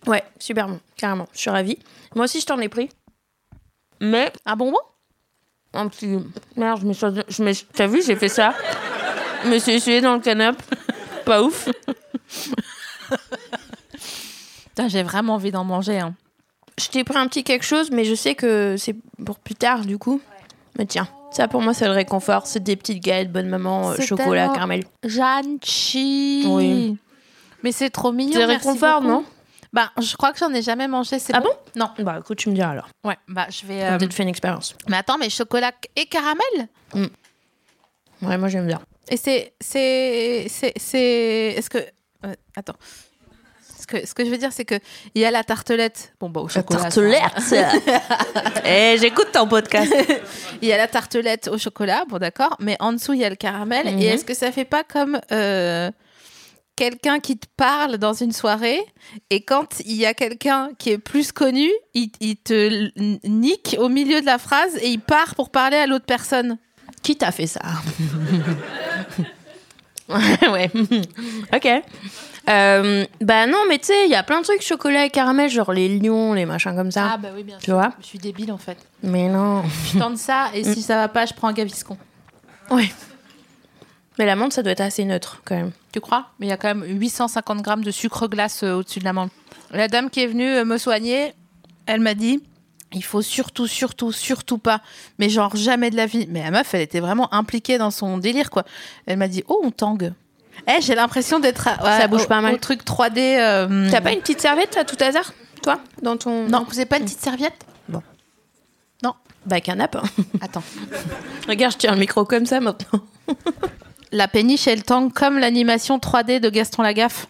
Speaker 3: Ouais, super bon, carrément. Je suis ravie. Moi aussi, je t'en ai pris. Mais
Speaker 2: Un bonbon
Speaker 3: un petit. Merde, je me suis. je me suis- T'as vu, j'ai fait ça. Je me suis essuyé dans le canapé. Pas ouf.
Speaker 2: Putain, j'ai vraiment envie d'en manger. Hein.
Speaker 3: Je t'ai pris un petit quelque chose, mais je sais que c'est pour plus tard, du coup. Mais tiens, ça pour moi, c'est le réconfort. C'est des petites galettes, bonne maman, euh,
Speaker 2: C'est
Speaker 3: chocolat,
Speaker 2: tellement
Speaker 3: caramel.
Speaker 2: Janchi
Speaker 3: Oui.
Speaker 2: Mais c'est trop mignon.
Speaker 3: C'est
Speaker 2: merci
Speaker 3: réconfort,
Speaker 2: beaucoup.
Speaker 3: non
Speaker 2: Bah, je crois que j'en ai jamais mangé. c'est
Speaker 3: Ah bon
Speaker 2: Non.
Speaker 3: Bah écoute, tu me diras alors.
Speaker 2: Ouais, bah je vais.
Speaker 3: T'as
Speaker 2: euh,
Speaker 3: peut-être fait une expérience.
Speaker 2: Mais attends, mais chocolat et caramel
Speaker 3: Ouais, moi j'aime bien.
Speaker 2: Et c'est. C'est. C'est. c'est- Est-ce que. euh, attends. Ce que, ce que je veux dire, c'est que il y a la tartelette. Bon, bah, au
Speaker 3: La
Speaker 2: chocolat. ça,
Speaker 3: tartelette Eh, j'écoute ton podcast.
Speaker 2: Il y a la tartelette au chocolat, bon d'accord, mais en dessous il y a le caramel.
Speaker 3: Mhm.
Speaker 2: Et est-ce que ça fait pas comme euh, quelqu'un qui te parle dans une soirée et quand il y a quelqu'un qui est plus connu, il, il te l- n- nique au milieu de la phrase et il part pour parler à l'autre personne
Speaker 3: Qui t'a fait ça Ouais. ok. Euh, bah non, mais tu sais, il y a plein de trucs chocolat et caramel, genre les lions, les machins comme ça.
Speaker 2: bah oui bien
Speaker 3: tu vois Mm.
Speaker 2: Je suis débile en fait.
Speaker 3: Mais non.
Speaker 2: Je tente ça et si ça va pas, je prends un gaviscon.
Speaker 3: Ouais. Mais l'amande, ça doit être assez neutre quand même.
Speaker 2: Tu crois Mais il y a quand même 850 grammes de sucre glace euh, au-dessus de l'amande. La dame qui est venue euh, me soigner, elle m'a dit il faut surtout, surtout, surtout pas, mais genre jamais de la vie. Mais la meuf, elle était vraiment impliquée dans son délire, quoi. Elle m'a dit oh, on tangue. Eh, j'ai l'impression d'être à-
Speaker 3: Ça
Speaker 2: à-
Speaker 3: bouge
Speaker 2: au-
Speaker 3: pas mal.
Speaker 2: au truc 3D. euh,
Speaker 3: T'as pas une petite serviette à tout hasard, toi Dans ton.
Speaker 2: Non, vous avez pas une petite serviette
Speaker 3: Bah, hein. canapé.
Speaker 2: Attends.
Speaker 3: Regarde, je tiens le micro comme ça maintenant.
Speaker 2: La péniche et le tank, comme l'animation 3D de Gaston Lagaffe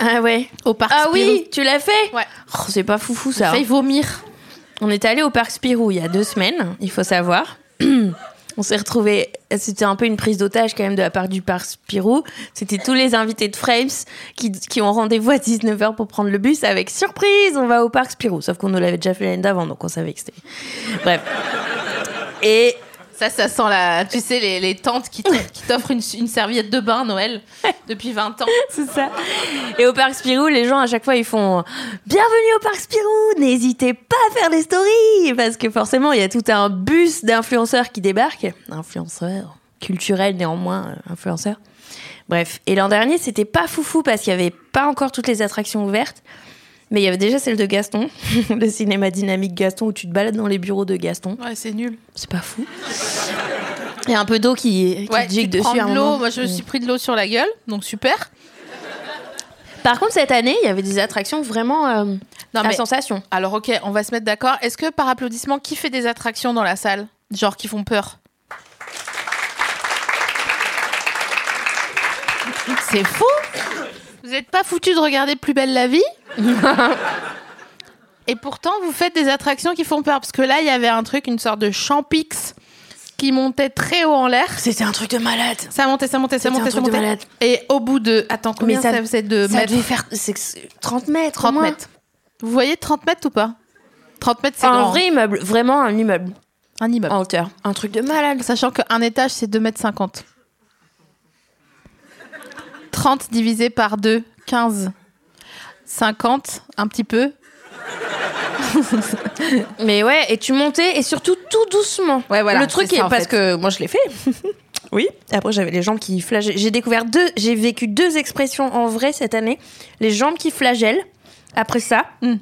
Speaker 3: Ah ouais.
Speaker 2: au parc
Speaker 3: Ah
Speaker 2: Spirou.
Speaker 3: oui, tu l'as fait
Speaker 2: Ouais.
Speaker 3: Oh, C'est pas foufou ça.
Speaker 2: Fait vomir.
Speaker 3: On est allé au parc Spirou il y a deux semaines, il faut savoir. On s'est retrouvés, c'était un peu une prise d'otage quand même de la part du parc Spirou. C'était tous les invités de Frames qui, qui ont rendez-vous à 19h pour prendre le bus avec surprise, on va au parc Spirou. Sauf qu'on nous l'avait déjà fait l'année d'avant, donc on savait que c'était. Bref. Et
Speaker 2: Ça, ça sent la. Tu sais, les, les tantes qui te- qui t'offrent une, une serviette de bain, Noël, depuis 20 ans.
Speaker 3: C'est ça. Et au parc Spirou, les gens à chaque fois ils font bienvenue au parc Spirou. N'hésitez pas à faire des stories parce que forcément il y a tout un bus d'influenceurs qui débarquent, influenceurs culturels néanmoins, euh, influenceurs. Bref. Et l'an dernier c'était pas foufou parce qu'il y avait pas encore toutes les attractions ouvertes. Mais il y avait déjà celle de Gaston, le cinéma dynamique Gaston, où tu te balades dans les bureaux de Gaston.
Speaker 2: Ouais, c'est nul.
Speaker 3: C'est pas fou. Il y a un peu d'eau qui, qui
Speaker 2: Ouais,
Speaker 3: te gicle
Speaker 2: tu te prends
Speaker 3: dessus. à un
Speaker 2: de l'eau.
Speaker 3: moment.
Speaker 2: Moi, je me suis pris de l'eau sur la gueule, donc super.
Speaker 3: Par contre, cette année, il y avait des attractions vraiment euh, à
Speaker 2: mais-
Speaker 3: sensation.
Speaker 2: Alors, ok, on va se mettre d'accord. Est-ce que par applaudissement, qui fait des attractions dans la salle Genre qui font peur C'est fou Vous n'êtes pas foutu de regarder Plus belle la vie Et pourtant, vous faites des attractions qui font peur. Parce que là, il y avait un truc, une sorte de champix qui montait très haut en l'air.
Speaker 3: C'était un truc de malade.
Speaker 2: Ça montait, ça montait, ça
Speaker 3: C'était un
Speaker 2: montait, ça
Speaker 3: truc de
Speaker 2: montait.
Speaker 3: malade.
Speaker 2: Et au bout de. Attends, combien
Speaker 3: ça-
Speaker 2: ça, faisait de
Speaker 3: Ça
Speaker 2: mètres
Speaker 3: devait faire c'est que c'est 30 mètres.
Speaker 2: 30
Speaker 3: au moins.
Speaker 2: mètres. Vous voyez 30 mètres ou pas 30 mètres, c'est
Speaker 3: Un
Speaker 2: grand.
Speaker 3: vrai immeuble, vraiment un immeuble
Speaker 2: Un immeuble.
Speaker 3: en hauteur. Un truc de malade.
Speaker 2: Sachant qu'un étage, c'est 2,50 mètres. 30 divisé par 2, 15. 50, un petit peu.
Speaker 3: Mais ouais, et tu montais et surtout tout doucement.
Speaker 2: Ouais, voilà,
Speaker 3: Le truc
Speaker 2: c'est
Speaker 3: est,
Speaker 2: ça, en
Speaker 3: parce
Speaker 2: fait.
Speaker 3: que moi je l'ai fait. oui. Après j'avais les jambes qui flagellaient. J'ai découvert deux, j'ai vécu deux expressions en vrai cette année. Les jambes qui flagellent. Après ça,
Speaker 2: Mm.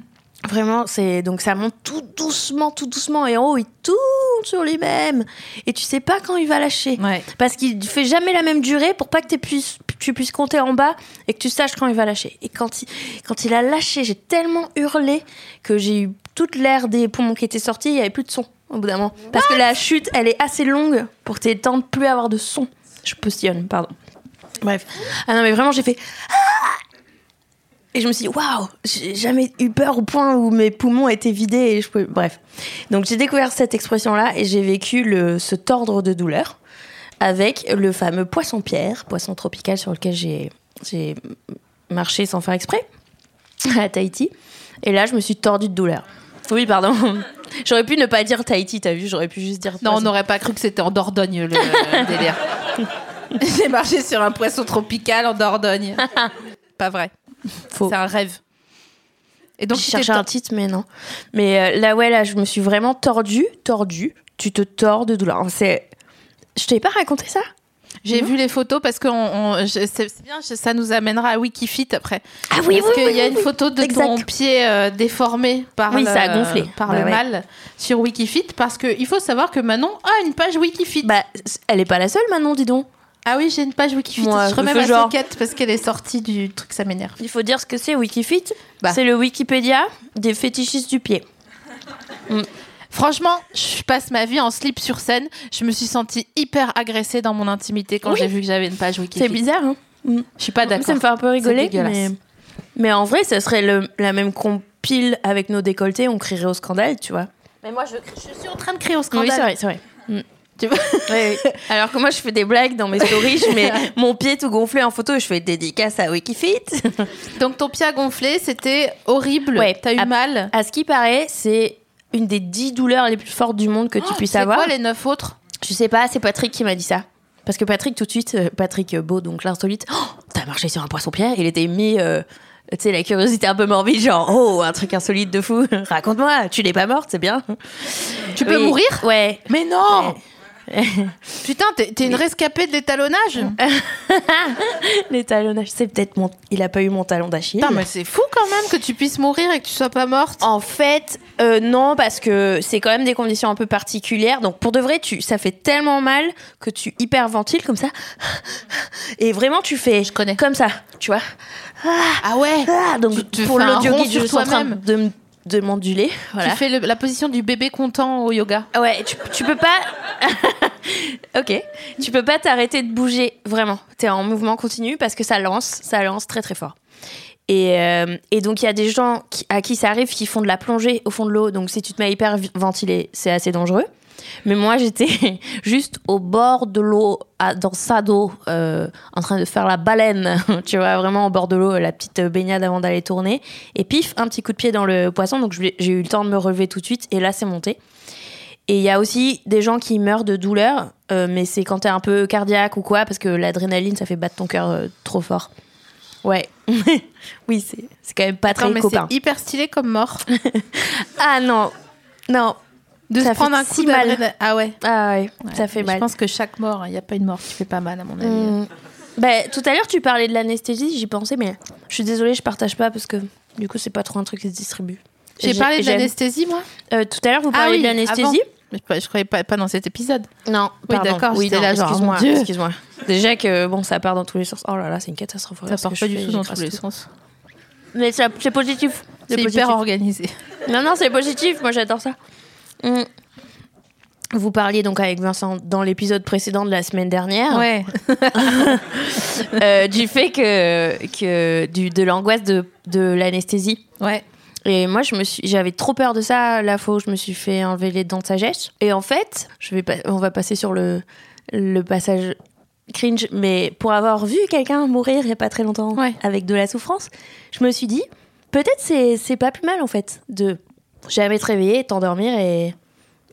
Speaker 3: vraiment c'est donc ça monte tout doucement, tout doucement et en haut il tourne sur lui-même et tu sais pas quand il va lâcher.
Speaker 2: Ouais.
Speaker 3: Parce qu'il fait jamais la même durée pour pas que t'aies puisse- tu puisses compter en bas et que tu saches quand il va lâcher. Et quand il, quand il a lâché, j'ai tellement hurlé que j'ai eu toute l'air des poumons qui étaient sortis, il y avait plus de son au bout d'un moment. Parce que la chute, elle est assez longue pour que t'aies le temps de plus avoir de son. Je postillonne, pardon. Bref. Ah non, mais vraiment, j'ai fait. Ah Et je me suis dit, waouh, j'ai jamais eu peur au point où mes poumons étaient vidés et je pouvais. Bref. Donc j'ai découvert cette expression-là et j'ai vécu le, ce tordre de douleur avec le fameux poisson-pierre, poisson tropical sur lequel j'ai j'ai marché sans faire exprès à Tahiti. Et là, je me suis tordue de douleur. Oui, pardon. J'aurais pu ne pas dire Tahiti, t'as vu, j'aurais pu juste dire.
Speaker 2: Non, on
Speaker 3: poisson.
Speaker 2: n'aurait pas cru que c'était en Dordogne, le, le délire. J'ai marché sur un poisson tropical en Dordogne. pas vrai.
Speaker 3: Faux.
Speaker 2: C'est un rêve. Et donc,
Speaker 3: Donc, je
Speaker 2: tu
Speaker 3: cherchais
Speaker 2: t'es-
Speaker 3: un titre, mais non. Mais euh, là, ouais, là, je me suis vraiment tordue, tordue. Tu te tords de douleur. C'est. Je t'ai pas raconté ça
Speaker 2: J'ai vu les photos parce que on- on- je- c'est c'est bien, je- ça nous amènera à Wikifit après.
Speaker 3: Ah oui,
Speaker 2: parce
Speaker 3: oui,
Speaker 2: qu'il
Speaker 3: oui,
Speaker 2: y a
Speaker 3: oui,
Speaker 2: une
Speaker 3: oui.
Speaker 2: photo de ton
Speaker 3: Exact.
Speaker 2: pied euh, déformé par
Speaker 3: Oui,
Speaker 2: le,
Speaker 3: ça a gonflé.
Speaker 2: par
Speaker 3: Bah
Speaker 2: le
Speaker 3: ouais.
Speaker 2: mal sur Wikifit parce que il faut savoir que Manon a une page Wikifit.
Speaker 3: Bah, c- elle est pas la seule, Manon, dis donc.
Speaker 2: ah oui, j'ai une page Wikifit.
Speaker 3: Moi,
Speaker 2: je remets
Speaker 3: ce
Speaker 2: ma
Speaker 3: genre.
Speaker 2: soquette parce qu'elle est sortie du truc, ça m'énerve.
Speaker 3: Il faut dire ce que c'est Wikifit.
Speaker 2: Bah.
Speaker 3: C'est le Wikipédia des fétichistes du pied.
Speaker 2: Franchement, je passe ma vie en slip sur scène. Je me suis sentie hyper agressée dans mon intimité quand
Speaker 3: Oui.
Speaker 2: j'ai vu que j'avais une page Wikifit.
Speaker 3: C'est bizarre, hein
Speaker 2: Je suis pas
Speaker 3: Ça
Speaker 2: d'accord.
Speaker 3: me fait un peu rigoler.
Speaker 2: C'est dégueulasse.
Speaker 3: Mais... mais en vrai, ça serait le- la même compile avec nos décolletés, on crierait au scandale, tu vois.
Speaker 2: Mais moi, je, je suis en train de crier au scandale.
Speaker 3: vrai, c'est vrai.
Speaker 2: Tu vois
Speaker 3: Mm. Oui, oui. Alors que moi, je fais des blagues dans mes stories, je mets mon pied tout gonflé en photo et je fais dédicace à Wikifit.
Speaker 2: Donc ton pied a gonflé, c'était horrible.
Speaker 3: Ouais.
Speaker 2: T'as eu
Speaker 3: Ah,
Speaker 2: mal.
Speaker 3: À ce qui paraît, c'est une des dix douleurs les plus fortes du monde que tu puisses
Speaker 2: Ah, C'est
Speaker 3: avoir.
Speaker 2: quoi les neuf autres
Speaker 3: Je sais pas, c'est Patrick qui m'a dit ça. Parce que Patrick, tout de suite, euh, Patrick euh, Beau, donc l'insolite, oh, t'as marché sur un poisson-pierre, il était mis, euh, tu sais, la curiosité un peu morbide, genre, oh, un truc insolite de fou, raconte-moi, tu n'es pas morte, c'est bien.
Speaker 2: Tu peux mourir
Speaker 3: Ouais.
Speaker 2: Mais non Eh. Putain, t'es t'es une rescapée de l'étalonnage
Speaker 3: Mmh. Les talons, c'est peut-être mon. Il a pas eu mon talon d'Achille.
Speaker 2: Putain, mais c'est fou quand même que tu puisses mourir et que tu sois pas morte.
Speaker 3: En fait, euh, non, parce que c'est quand même des conditions un peu particulières. Donc, pour de vrai, tu, ça fait tellement mal que tu hyperventiles comme ça. Et vraiment, tu fais. Je
Speaker 2: connais.
Speaker 3: Comme ça, tu vois.
Speaker 2: Ah ouais
Speaker 3: Ah, donc
Speaker 2: Tu te
Speaker 3: pour
Speaker 2: fais un
Speaker 3: l'audio
Speaker 2: rond
Speaker 3: guide,
Speaker 2: sur
Speaker 3: je suis en train
Speaker 2: toi-même.
Speaker 3: de, m- de m'onduler. Voilà.
Speaker 2: Tu fais le- la position du bébé content au yoga.
Speaker 3: Ouais, tu, tu peux pas. ok. Tu peux pas t'arrêter de bouger, vraiment. T'es en mouvement continu parce que ça lance, ça lance très très fort. Et, euh, et donc il y a des gens qui- à qui ça arrive qui font de la plongée au fond de l'eau. Donc si tu te mets hyper vi- ventilé, c'est assez dangereux. Mais moi j'étais juste au bord de l'eau, à- dans sa d'eau, euh, en train de faire la baleine. tu vois, vraiment au bord de l'eau, la petite baignade avant d'aller tourner. Et pif, un petit coup de pied dans le poisson. Donc je l'ai- j'ai eu le temps de me relever tout de suite. Et là c'est monté. Et il y a aussi des gens qui meurent de douleur, euh, mais c'est quand t'es un peu cardiaque ou quoi, parce que l'adrénaline, ça fait battre ton cœur euh, trop fort. Ouais. oui, c'est c'est quand même pas
Speaker 2: Non,
Speaker 3: très
Speaker 2: mais
Speaker 3: copain.
Speaker 2: c'est hyper stylé comme mort.
Speaker 3: Ah non, non.
Speaker 2: De
Speaker 3: Ça
Speaker 2: se prendre
Speaker 3: fait
Speaker 2: un coup
Speaker 3: si mal.
Speaker 2: d'adrénaline. Ah ouais.
Speaker 3: Ah ouais, ça fait
Speaker 2: Je
Speaker 3: mal.
Speaker 2: pense que chaque mort, il n'y a pas une mort qui fait pas mal, à mon avis.
Speaker 3: Mm. Bah, tout à l'heure, tu parlais de l'anesthésie, j'y pensais, mais je suis désolée, je partage pas parce que du coup, c'est pas trop un truc qui se distribue.
Speaker 2: J'ai
Speaker 3: J'ai-
Speaker 2: parlé de Ah
Speaker 3: j'aime.
Speaker 2: l'anesthésie, moi
Speaker 3: Euh, tout à l'heure, vous parliez de l'anesthésie
Speaker 2: Mais Je, je croyais pas, pas dans cet épisode.
Speaker 3: Non,
Speaker 2: Oui,
Speaker 3: pardon.
Speaker 2: d'accord,
Speaker 3: Oui,
Speaker 2: j'étais
Speaker 3: non,
Speaker 2: là, genre,
Speaker 3: excuse-moi,
Speaker 2: mon Dieu.
Speaker 3: excuse-moi. Déjà que bon, ça part dans tous les sens. Oh là là, c'est une catastrophe.
Speaker 2: Ça
Speaker 3: horrible ce
Speaker 2: part
Speaker 3: que
Speaker 2: pas
Speaker 3: je
Speaker 2: du
Speaker 3: fais,
Speaker 2: tout dans
Speaker 3: j'écrase
Speaker 2: tous les
Speaker 3: tout.
Speaker 2: sens.
Speaker 3: Mais ça- c'est positif.
Speaker 2: C'est
Speaker 3: positif.
Speaker 2: hyper organisé.
Speaker 3: Non, non, c'est positif. Moi, j'adore ça. Mm. Vous parliez donc avec Vincent dans l'épisode précédent de la semaine dernière
Speaker 2: Ouais.
Speaker 3: euh, du fait que, que du, de l'angoisse de, de l'anesthésie.
Speaker 2: Ouais.
Speaker 3: Et moi, je me suis, j'avais trop peur de ça la fois où je me suis fait enlever les dents de sagesse. Et en fait, je vais pas, on va passer sur le, le passage cringe, mais pour avoir vu quelqu'un mourir il y a pas très longtemps
Speaker 2: Ouais.
Speaker 3: avec de la souffrance, je me suis dit, peut-être c'est, c'est pas plus mal en fait de jamais te réveiller, t'endormir et, et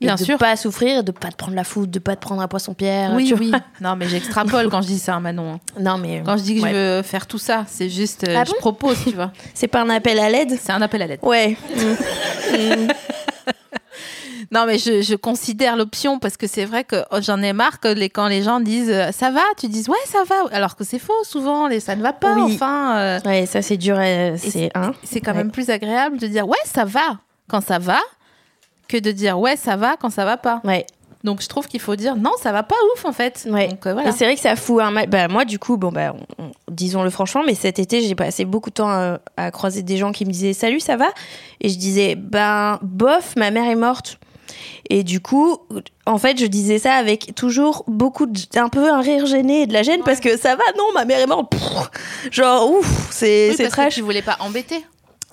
Speaker 2: Bien
Speaker 3: de
Speaker 2: sûr.
Speaker 3: pas souffrir, de pas te prendre la foudre, de pas te prendre un poisson-pierre.
Speaker 2: Oui,
Speaker 3: tu vois.
Speaker 2: oui. Non, mais j'extrapole quand je dis ça, hein, Manon. hein.
Speaker 3: Non, mais
Speaker 2: Quand je dis que
Speaker 3: Ouais.
Speaker 2: je veux faire tout ça, c'est juste. euh,
Speaker 3: Ah
Speaker 2: je
Speaker 3: bon
Speaker 2: propose, tu vois.
Speaker 3: c'est pas un appel à l'aide.
Speaker 2: C'est un appel à l'aide.
Speaker 3: Ouais.
Speaker 2: Non, mais je, je considère l'option parce que c'est vrai que oh, j'en ai marre que les, quand les gens disent euh, ça va, tu dis ouais, ça va. Alors que c'est faux, souvent, les, ça ne va pas.
Speaker 3: Oui.
Speaker 2: Enfin. euh,
Speaker 3: Ouais, ça c'est dur, euh,
Speaker 2: Et
Speaker 3: c'est un.
Speaker 2: C'est quand
Speaker 3: Ouais.
Speaker 2: même plus agréable de dire ouais, ça va quand ça va que de dire ouais, ça va quand ça va pas.
Speaker 3: Ouais,
Speaker 2: Donc je trouve qu'il faut dire non, ça va pas ouf en fait.
Speaker 3: ouais.
Speaker 2: Donc euh, voilà.
Speaker 3: Et c'est vrai que ça fout un mal. Bah, moi, du coup, bon, bah, on- on- disons-le franchement, mais cet été, j'ai passé beaucoup de temps à, à croiser des gens qui me disaient Salut, ça va Et je disais Ben, bof, ma mère est morte. Et du coup, en fait, je disais ça avec toujours beaucoup de. un peu un rire gêné et de la gêne parce que ça va, non, ma mère est morte. Pfff. genre, ouf, c'est
Speaker 2: Oui,
Speaker 3: c'est
Speaker 2: parce que
Speaker 3: trash.
Speaker 2: tu voulais pas embêter.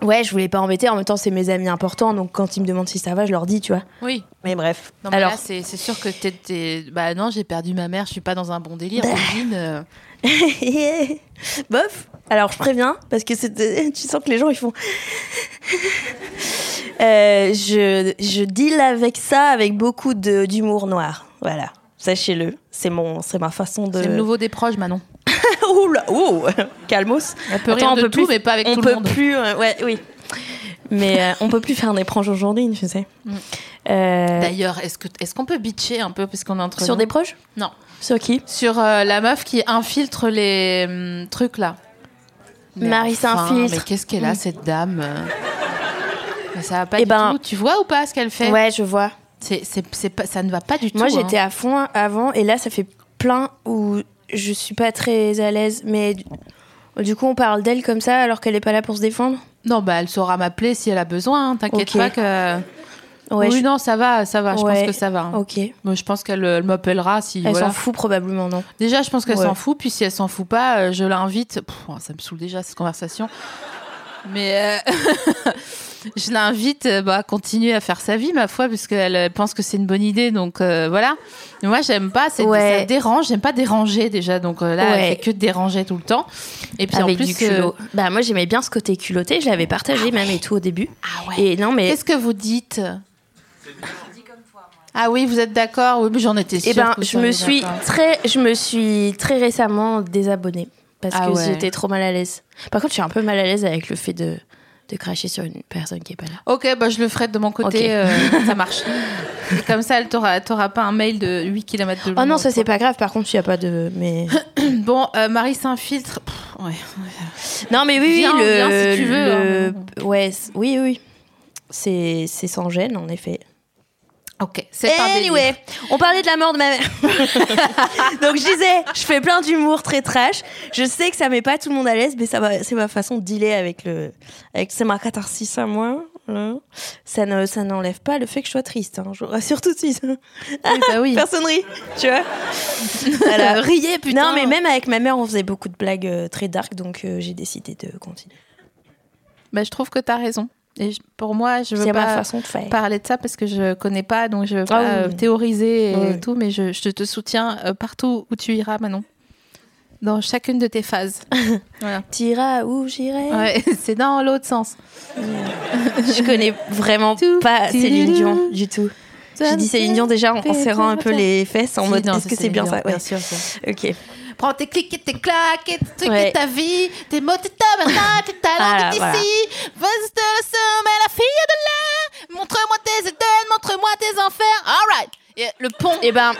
Speaker 3: Ouais, je voulais pas embêter. En même temps, c'est mes amis importants, donc quand ils me demandent si ça va, je leur dis, tu vois.
Speaker 2: Oui.
Speaker 3: Mais bref.
Speaker 2: Non, mais
Speaker 3: Alors,
Speaker 2: là, c'est c'est sûr que t'es- t'es. Bah non, j'ai perdu ma mère, je suis pas dans un bon
Speaker 3: Bah,
Speaker 2: délire. Régine, euh,
Speaker 3: Bof. Alors je préviens parce que c'est- tu sens que les gens ils font. Euh, je je deal avec ça avec beaucoup de- d'humour noir. Voilà. Sachez-le, c'est mon c'est ma façon de.
Speaker 2: C'est le nouveau des proches, Manon.
Speaker 3: Oula, oh, calmos.
Speaker 2: On peut rire
Speaker 3: Attends,
Speaker 2: de
Speaker 3: peut
Speaker 2: tout,
Speaker 3: plus-
Speaker 2: mais pas avec
Speaker 3: on
Speaker 2: tout
Speaker 3: peut
Speaker 2: le monde.
Speaker 3: plus. euh, ouais, oui. Mais euh, on peut plus faire des proches aujourd'hui, tu sais. Euh,
Speaker 2: Mm. D'ailleurs, est-ce que est-ce qu'on peut bitcher un peu parce qu'on est entre
Speaker 3: sur
Speaker 2: nous
Speaker 3: des proches
Speaker 2: Non.
Speaker 3: Sur qui
Speaker 2: Sur euh, la meuf qui infiltre les hum, trucs là. Mais
Speaker 3: Marie
Speaker 2: enfin,
Speaker 3: s'infiltre.
Speaker 2: Mais qu'est-ce qu'elle a cette dame euh. Mais ça va pas
Speaker 3: Eh
Speaker 2: du
Speaker 3: ben-
Speaker 2: tout. Tu vois ou pas ce qu'elle fait
Speaker 3: Ouais, je vois.
Speaker 2: C'est- c'est- c'est pas- ça ne va pas du tout.
Speaker 3: Moi,
Speaker 2: hein.
Speaker 3: j'étais à fond avant, et là, ça fait plein où je suis pas très à l'aise. Mais du- du coup, on parle d'elle comme ça alors qu'elle est pas là pour se défendre.
Speaker 2: Non, bah elle saura m'appeler si elle a besoin. hein, T'inquiète
Speaker 3: Ok.
Speaker 2: pas que.
Speaker 3: Ouais,
Speaker 2: oui,
Speaker 3: je-
Speaker 2: non, ça va, ça va. Je
Speaker 3: Ouais.
Speaker 2: pense que ça va. hein.
Speaker 3: Ok. Elle
Speaker 2: Moi, je pense qu'elle euh, elle m'appellera si. voilà.
Speaker 3: s'en fout probablement, non
Speaker 2: Déjà, je pense qu'elle
Speaker 3: Ouais.
Speaker 2: s'en fout. Puis si elle s'en fout pas, euh, je l'invite. Pff, ça me saoule déjà cette conversation. Mais euh, je l'invite euh, bah, à continuer à faire sa vie, ma foi, puisqu'elle euh, pense que c'est une bonne idée. Donc euh, voilà. Mais moi, j'aime pas. c'est-
Speaker 3: Ouais.
Speaker 2: Ça dérange. J'aime pas déranger déjà. Donc euh, là,
Speaker 3: Ouais.
Speaker 2: elle fait que de déranger tout le temps. Et puis en plus. euh,
Speaker 3: Bah, moi, j'aimais bien ce côté culotté. Je l'avais partagé même et tout au début.
Speaker 2: Ah ouais.
Speaker 3: Et non, mais.
Speaker 2: Qu'est-ce que vous dites Ah oui, vous êtes d'accord Oui, mais j'en étais sûre.
Speaker 3: Eh ben,
Speaker 2: que vous
Speaker 3: je me
Speaker 2: seriez
Speaker 3: suis
Speaker 2: d'accord.
Speaker 3: très, je me suis très récemment désabonnée parce
Speaker 2: Ah
Speaker 3: que
Speaker 2: ouais.
Speaker 3: j'étais trop mal à l'aise. Par contre, je suis un peu mal à l'aise avec le fait de, de cracher sur une personne qui est pas là.
Speaker 2: Ok, bah, je le ferai de mon côté,
Speaker 3: Ok.
Speaker 2: euh, ça marche. Et comme ça, elle t'aura t'aura pas un mail de 8 km de long.
Speaker 3: Oh non, ça c'est pas grave. Par contre, il y a pas de, mais.
Speaker 2: Bon, euh, Marie s'infiltre. Pff, ouais.
Speaker 3: Non, mais oui,
Speaker 2: Viens,
Speaker 3: oui, le,
Speaker 2: viens si tu veux,
Speaker 3: le-
Speaker 2: hein,
Speaker 3: ouais, c- oui, oui. C'est, c'est sans gêne, en effet.
Speaker 2: Ok, c'est un délire.
Speaker 3: Anyway, on parlait de la mort de ma mère. Donc, je disais, je fais plein d'humour très trash. Je sais que ça met pas tout le monde à l'aise, mais ça va, c'est ma façon de dealer avec le. Avec, c'est ma catharsis à moi. hein. ça ne- ça n'enlève pas le fait que je sois triste. hein. Je vous rassure tout de suite.
Speaker 2: bah oui.
Speaker 3: Personne rit, tu vois.
Speaker 2: Euh, riez, putain.
Speaker 3: Non, mais même avec ma mère, on faisait beaucoup de blagues euh, très dark, donc euh, j'ai décidé de continuer.
Speaker 2: Bah, je trouve que t'as raison. Et je- pour moi, je veux
Speaker 3: C'est ma
Speaker 2: pas
Speaker 3: façon de faire.
Speaker 2: parler de ça parce que je connais pas, donc je veux pas
Speaker 3: oui,
Speaker 2: euh,
Speaker 3: oui.
Speaker 2: théoriser et
Speaker 3: Oui, oui.
Speaker 2: tout, mais je, je te soutiens euh, partout où tu iras, Manon. Dans chacune de tes phases. voilà.
Speaker 3: T'iras où j'irai.
Speaker 2: Ouais, c'est dans l'autre sens.
Speaker 3: Je connais vraiment
Speaker 2: Tout.
Speaker 3: pas Céline Dion du tout. J'ai dit Céline Dion déjà en, en serrant un peu les fesses en
Speaker 2: Si,
Speaker 3: mode
Speaker 2: non,
Speaker 3: est-ce que c'est
Speaker 2: Céline
Speaker 3: bien
Speaker 2: Dion,
Speaker 3: ça Ouais.
Speaker 2: Bien sûr. ça.
Speaker 3: Ok.
Speaker 2: Prends tes clics et tes claques et tes trucs
Speaker 3: Ouais.
Speaker 2: et ta vie, tes mots, tes tas, maintenant, tes
Speaker 3: Voilà,
Speaker 2: talents d'ici.
Speaker 3: voilà.
Speaker 2: Vas-y, te le sommet, la fille de l'air. Montre-moi tes étoiles, montre-moi tes enfers. All right. Et le pont
Speaker 3: Et ben,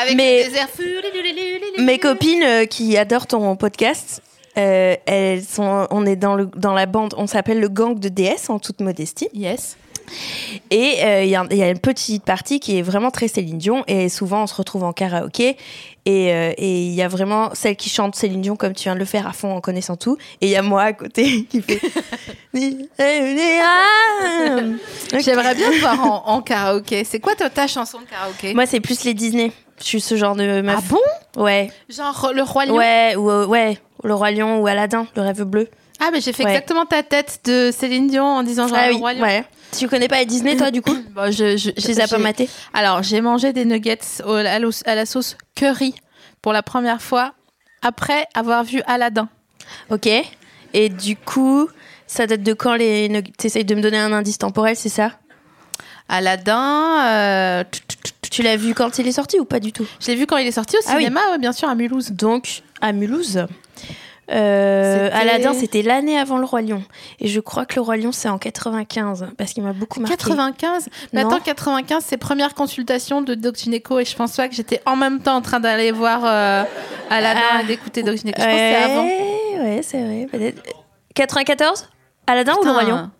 Speaker 2: avec
Speaker 3: mais-
Speaker 2: le désert. Fululululululu.
Speaker 3: mes copines euh, qui adorent ton podcast, euh, elles sont, on est dans, le, dans la bande, on s'appelle le gang de DS en toute modestie.
Speaker 2: Yes.
Speaker 3: Et euh, il y, a- y a une petite partie qui est vraiment très Céline Dion. Et souvent, on se retrouve en karaoké. Et euh, et il y a vraiment celle qui chante Céline Dion, comme tu viens de le faire à fond en connaissant tout. Et il y a moi à côté qui fait. eh, ah.
Speaker 2: J'aimerais bien te voir en, en karaoké. C'est quoi ta, ta chanson de karaoké
Speaker 3: Moi, c'est plus les Disney. Je suis ce genre de meuf.
Speaker 2: Ah bon
Speaker 3: ouais.
Speaker 2: Genre le roi lion.
Speaker 3: Ouais, ou, euh, ouais. Le Roi Lion ou Aladdin, le rêve bleu.
Speaker 2: Ah mais j'ai fait
Speaker 3: Ouais.
Speaker 2: exactement ta tête de Céline Dion en disant genre
Speaker 3: Ah
Speaker 2: le
Speaker 3: oui,
Speaker 2: roi lion.
Speaker 3: ouais. Tu connais pas les Disney, toi, du coup
Speaker 2: Bon, je, je,
Speaker 3: Je les ai pas
Speaker 2: j'ai-
Speaker 3: matés.
Speaker 2: Alors, j'ai mangé des nuggets au- à, l'os- à la sauce curry pour la première fois après avoir vu Aladdin.
Speaker 3: Ok. Et du coup, ça date de quand les. nug- T'essayes de me donner un indice temporel, c'est ça
Speaker 2: Aladdin, euh, tch, tch, tch,
Speaker 3: Tu l'as vu quand il est sorti ou pas du tout
Speaker 2: je l'ai vu quand il est sorti au
Speaker 3: Ah oui.
Speaker 2: cinéma, ouais, bien sûr, à Mulhouse.
Speaker 3: Donc, à Mulhouse. Euh,
Speaker 2: C'était-
Speaker 3: Aladdin, c'était l'année avant le Roi Lion. Et je crois que le Roi Lion, c'est en 95, parce qu'il m'a beaucoup marqué.
Speaker 2: 95 Mais
Speaker 3: Non.
Speaker 2: attends, 95, c'est première consultation de Doc Gineco et je pense pas que j'étais en même temps en train d'aller voir euh, Aladdin
Speaker 3: Ah.
Speaker 2: et d'écouter Doc Gineco. Je pense que
Speaker 3: ouais, Ah,
Speaker 2: c'est avant.
Speaker 3: ouais, c'est vrai, peut-être. 94 Aladdin ou le Roi
Speaker 2: Putain.
Speaker 3: Lion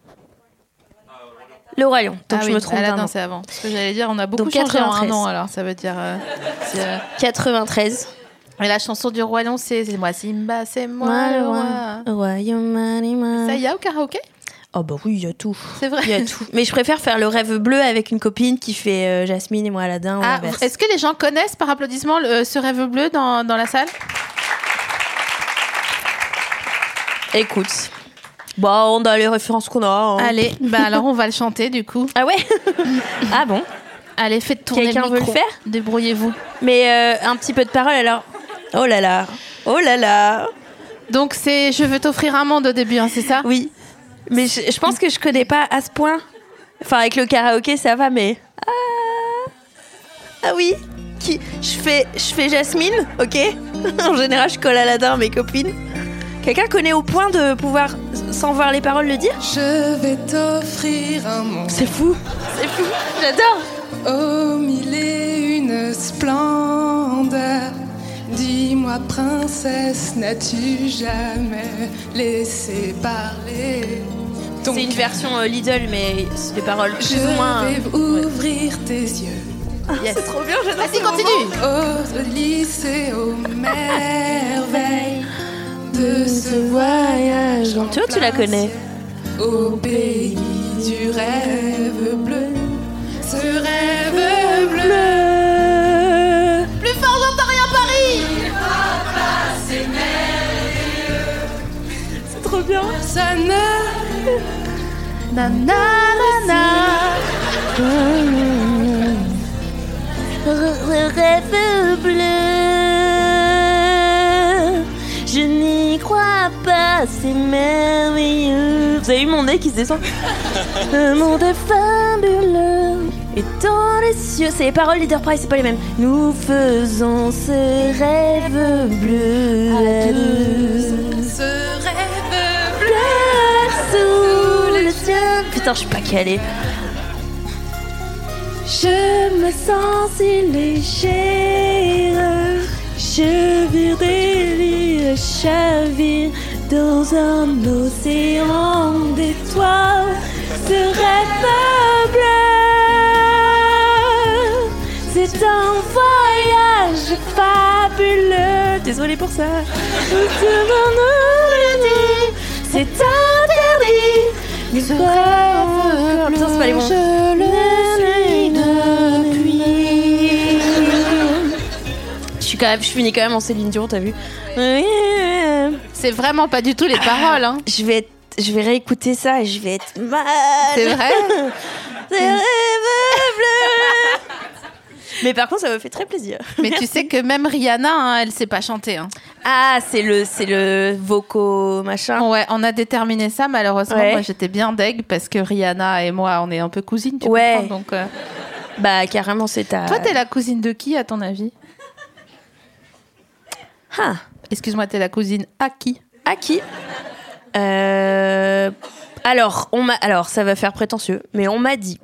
Speaker 3: Le Roi Lion, donc
Speaker 2: Ah
Speaker 3: je
Speaker 2: oui,
Speaker 3: me trompe d'un
Speaker 2: Aladdin,
Speaker 3: an.
Speaker 2: c'est avant. Ce que j'allais dire, on a beaucoup
Speaker 3: Donc
Speaker 2: changé en un
Speaker 3: 93.
Speaker 2: an, alors ça veut dire... euh, c'est, euh,
Speaker 3: 93.
Speaker 2: Et la chanson du roi lion, c'est c'est moi Simba, c'est moi le roi.
Speaker 3: le royaume animal.
Speaker 2: Ça y a au karaoké
Speaker 3: Oh bah oui, il y a tout.
Speaker 2: C'est vrai.
Speaker 3: Il y a tout. Mais je préfère faire le rêve bleu avec une copine qui fait euh, Jasmine et moi Aladdin ou
Speaker 2: Ah,
Speaker 3: l'inverse.
Speaker 2: Est-ce que les gens connaissent par applaudissement le- euh, ce rêve bleu dans, dans la salle
Speaker 3: Écoute. Bah, on a les références qu'on a. hein.
Speaker 2: Allez, bah alors on va le chanter du coup.
Speaker 3: Ah ouais Ah bon
Speaker 2: Allez, faites tourner
Speaker 3: Quelqu'un
Speaker 2: le
Speaker 3: veut le
Speaker 2: micro.
Speaker 3: faire
Speaker 2: Débrouillez-vous.
Speaker 3: Mais euh, un petit peu de parole alors. Oh là là. Oh là là.
Speaker 2: Donc c'est Je veux t'offrir un monde au début, hein, c'est ça
Speaker 3: Oui. Mais je, je pense que je connais pas à ce point. Enfin, avec le karaoké, ça va, mais. Ah, Ah oui Qui... Je, fais... je fais Jasmine, ok En général, je colle Aladdin à mes copines. Quelqu'un connaît au point de pouvoir, sans voir les paroles, le dire
Speaker 5: Je vais t'offrir un monde
Speaker 3: C'est fou C'est fou J'adore
Speaker 5: aux Oh, mille et une splendeurs. Dis-moi, princesse, n'as-tu jamais laissé parler ton
Speaker 3: C'est une version euh, Lidl, mais c'est des paroles
Speaker 5: Je
Speaker 3: plus ou moins. euh,
Speaker 5: vais ouvrir tes yeux
Speaker 3: C'est trop bien, j'adore
Speaker 2: Vas-y, continue
Speaker 5: aux lycées, aux merveilles de ce voyage. en
Speaker 3: Tu vois, tu la
Speaker 5: plein
Speaker 3: connais.
Speaker 5: ciel, Au pays du rêve bleu, ce rêve bleu.
Speaker 2: Plus fort, j'entends rien, Paris
Speaker 3: C'est Ah, trop bien
Speaker 5: Ça ne
Speaker 2: Na, na, na, na.
Speaker 3: rêve bleu. Je n'y crois pas, c'est merveilleux. Vous avez eu mon nez qui se descend Un monde fabuleux. Et dans les cieux, c'est les paroles Leader Price, c'est pas les mêmes. Nous faisons ce rêve bleu à deux.
Speaker 5: ce rêve bleu.
Speaker 3: Sous le ciel. Putain, je suis pas calée. Je me sens si légère. Je vire des villes, chavire dans un océan d'étoiles. Ce rêve bleu, c'est un voyage fabuleux. Désolée pour ça. Tout le monde nous le dit, C'est interdit Ce rêve bleu, c'est pas les bons. Je le suis depuis. Je suis quand même, je finis quand même en Céline Dion, t'as vu
Speaker 2: C'est vraiment pas du tout les paroles, hein.
Speaker 3: Je vais, être- je vais réécouter ça et je vais être mal.
Speaker 2: C'est vrai
Speaker 3: Ce rêve bleu. Mais par contre, ça me fait très plaisir.
Speaker 2: Mais tu sais que même Rihanna, hein, elle sait pas chanter. hein.
Speaker 3: Ah, c'est le, c'est le voco machin.
Speaker 2: Ouais, on a déterminé ça, malheureusement.
Speaker 3: Ouais.
Speaker 2: Moi, j'étais bien deg parce que Rihanna et moi, on est un peu cousines, tu
Speaker 3: Ouais.
Speaker 2: comprends donc, euh,
Speaker 3: Bah carrément, c'est ta.
Speaker 2: Toi, t'es la cousine de qui, à ton avis
Speaker 3: Ah.
Speaker 2: Excuse-moi, t'es la cousine à qui
Speaker 3: À qui Euh, Alors, on m'a. Alors, ça va faire prétentieux, mais on m'a dit.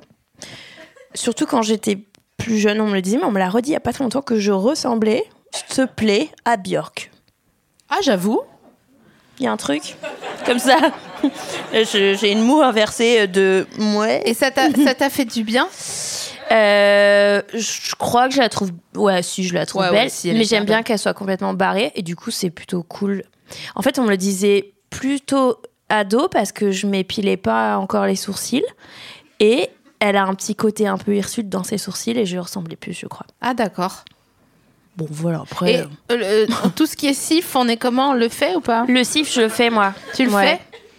Speaker 3: Surtout quand j'étais plus jeune, on me le disait, mais on me l'a redit il y a pas très longtemps que je ressemblais, se plaît, à Björk.
Speaker 2: Ah, j'avoue.
Speaker 3: Il y a un truc comme ça. Je- J'ai une moue inversée de
Speaker 2: Et
Speaker 3: mouais.
Speaker 2: ça t'a ça t'a fait du bien
Speaker 3: Euh, je crois que je la trouve. Ouais, si je la trouve
Speaker 2: Ouais, ouais,
Speaker 3: belle,
Speaker 2: si, elle est
Speaker 3: mais
Speaker 2: bien
Speaker 3: j'aime bien
Speaker 2: belle.
Speaker 3: qu'elle soit complètement barrée et du coup c'est plutôt cool. En fait, on me le disait plutôt ado parce que je m'épilais pas encore les sourcils et elle a un petit côté un peu hirsute dans ses sourcils et je lui ressemblais plus, je crois.
Speaker 2: Ah, d'accord.
Speaker 3: Bon, voilà après.
Speaker 2: Et euh, le- tout ce qui est sif, on est comment On le fait ou pas
Speaker 3: Le sif, je le fais moi.
Speaker 2: Tu le
Speaker 3: Ouais.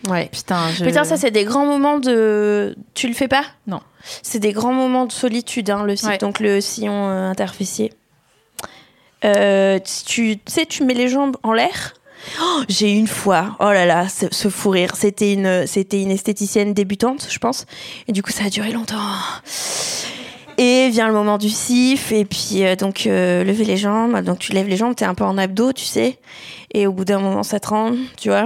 Speaker 2: fais Ouais. Putain, je...
Speaker 3: Putain, ça c'est des grands moments de. Tu le fais pas
Speaker 2: Non.
Speaker 3: C'est des grands moments de solitude, hein, le site,
Speaker 2: Ouais.
Speaker 3: donc le sillon euh, interfécier. Euh, tu tu sais, tu mets les jambes en l'air. Oh, J'ai une fois, oh là là, ce, ce fou rire. C'était une, c'était une esthéticienne débutante, je pense. Et du coup, ça a duré longtemps. Et vient le moment du sif, et puis euh, donc euh, lever les jambes. Donc tu lèves les jambes, t'es un peu en abdos, tu sais. Et au bout d'un moment, ça tremble, tu vois.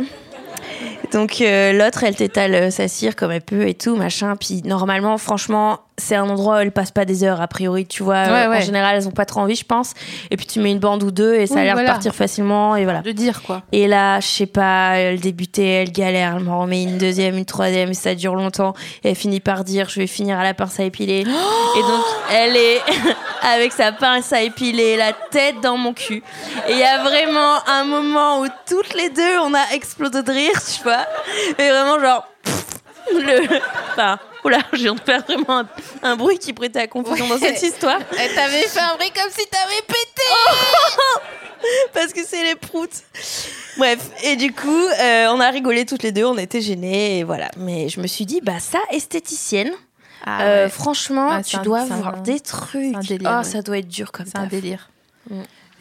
Speaker 3: Donc euh, l'autre, elle t'étale euh, sa cire comme elle peut et tout, machin. Puis normalement, franchement, c'est un endroit où elle passe pas des heures, a priori, tu vois.
Speaker 2: Ouais,
Speaker 3: Euh, En
Speaker 2: ouais.
Speaker 3: général, elles ont pas trop envie, je pense. Et puis tu mets une bande ou deux et ça
Speaker 2: Oui,
Speaker 3: a l'air
Speaker 2: voilà.
Speaker 3: de partir facilement, et voilà.
Speaker 2: De dire, quoi.
Speaker 3: Et là, je sais pas, elle débutait, elle galère, elle m'en remet une deuxième, une troisième, et ça dure longtemps. Et elle finit par dire, je vais finir à la pince à épiler. et donc, elle est avec sa pince à épiler, la tête dans mon cul. Et il y a vraiment un moment où toutes les deux, on a explosé de rire, tu vois. Et vraiment, genre, pff, le... Enfin, oula, je viens de faire vraiment un, un bruit qui prêtait à confusion dans
Speaker 2: Ouais.
Speaker 3: cette histoire.
Speaker 2: Elle t'avait Eh, fait un bruit comme si t'avais pété
Speaker 3: parce que c'est les proutes. Bref, et du coup, euh, on a rigolé toutes les deux, on était gênées, et voilà. Mais je me suis dit, bah ça, esthéticienne, euh, franchement,
Speaker 2: Ah, c'est
Speaker 3: tu
Speaker 2: un-
Speaker 3: dois
Speaker 2: c'est un-
Speaker 3: voir des trucs.
Speaker 2: c'est un délire,
Speaker 3: Ah,
Speaker 2: ouais.
Speaker 3: ça doit être dur comme
Speaker 2: C'est un
Speaker 3: ça.
Speaker 2: délire.
Speaker 3: Mm.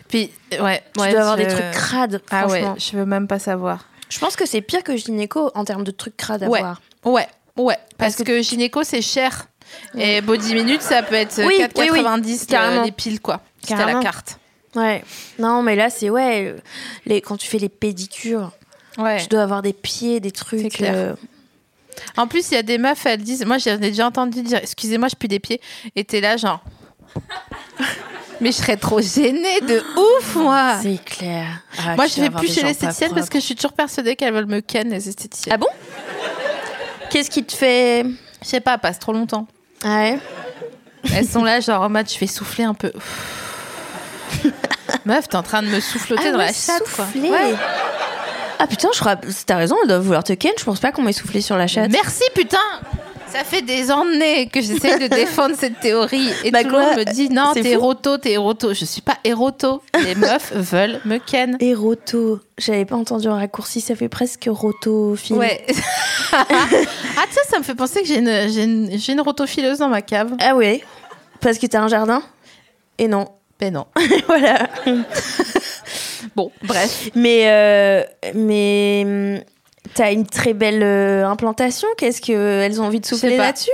Speaker 2: Puis, ouais.
Speaker 3: Tu dois avoir des trucs crades,
Speaker 2: Ah ouais,
Speaker 3: franchement.
Speaker 2: je veux même pas savoir.
Speaker 3: Je pense que c'est pire que gynéco en termes de trucs crades à
Speaker 2: Ouais.
Speaker 3: voir.
Speaker 2: Ouais, ouais. Parce,
Speaker 3: Parce
Speaker 2: que, gynéco, c'est cher. Et body minute, ça peut être
Speaker 3: Oui,
Speaker 2: 4,90
Speaker 3: oui, oui,
Speaker 2: le-
Speaker 3: carrément.
Speaker 2: les piles, quoi. C'est à la
Speaker 3: Carrément.
Speaker 2: carte.
Speaker 3: Ouais. Non, mais là, c'est ouais, euh, les, quand tu fais les pédicures,
Speaker 2: Ouais.
Speaker 3: tu dois avoir des pieds, des
Speaker 2: C'est
Speaker 3: trucs.
Speaker 2: clair.
Speaker 3: euh,
Speaker 2: En plus, il y a des meufs, elles disent. Moi, j'en ai déjà entendu dire Excusez-moi, je pue des pieds. Et t'es là, genre. Mais je serais trop gênée de ouf, moi
Speaker 3: Ah, C'est clair. Ah,
Speaker 2: Moi,
Speaker 3: tu
Speaker 2: je
Speaker 3: dois
Speaker 2: vais
Speaker 3: avoir
Speaker 2: plus
Speaker 3: des
Speaker 2: chez
Speaker 3: jambes pas
Speaker 2: l'esthéticienne parce que je suis toujours persuadée qu'elles veulent me ken, les esthéticiennes.
Speaker 3: Ah bon Qu'est-ce qui te fait.
Speaker 2: Je sais pas, elles passent trop longtemps.
Speaker 3: Ouais.
Speaker 2: Elles sont là, genre en mode, je vais souffler un peu. Meuf, t'es en train de me souffloter
Speaker 3: Ah
Speaker 2: dans
Speaker 3: ouais,
Speaker 2: la chatte, quoi.
Speaker 3: souffler.
Speaker 2: Ouais.
Speaker 3: Ah putain, je crois. T'as raison, elle doit vouloir te ken. Je pense pas qu'on m'ait soufflé sur la chatte.
Speaker 2: Merci, putain Ça fait des années que j'essaie de défendre cette théorie. Et
Speaker 3: Bah
Speaker 2: tout le
Speaker 3: quoi,
Speaker 2: monde me dit, non,
Speaker 3: c'est
Speaker 2: t'es
Speaker 3: fou.
Speaker 2: éroto, t'es éroto. Je suis pas éroto. Les meufs veulent me ken.
Speaker 3: Et roto. J'avais pas entendu un raccourci, ça fait presque roto film.
Speaker 2: Ouais. ah, tu sais, ça me fait penser que j'ai une, j'ai une, j'ai une rotofileuse dans ma cave.
Speaker 3: Ah ouais Parce que t'as un jardin Et non.
Speaker 2: Ben non.
Speaker 3: voilà.
Speaker 2: Bon, bref.
Speaker 3: Mais. euh, mais. hum, T'as une très belle euh, implantation. Qu'est-ce qu'elles ont envie de
Speaker 2: Je sais
Speaker 3: souffler
Speaker 2: pas.
Speaker 3: là-dessus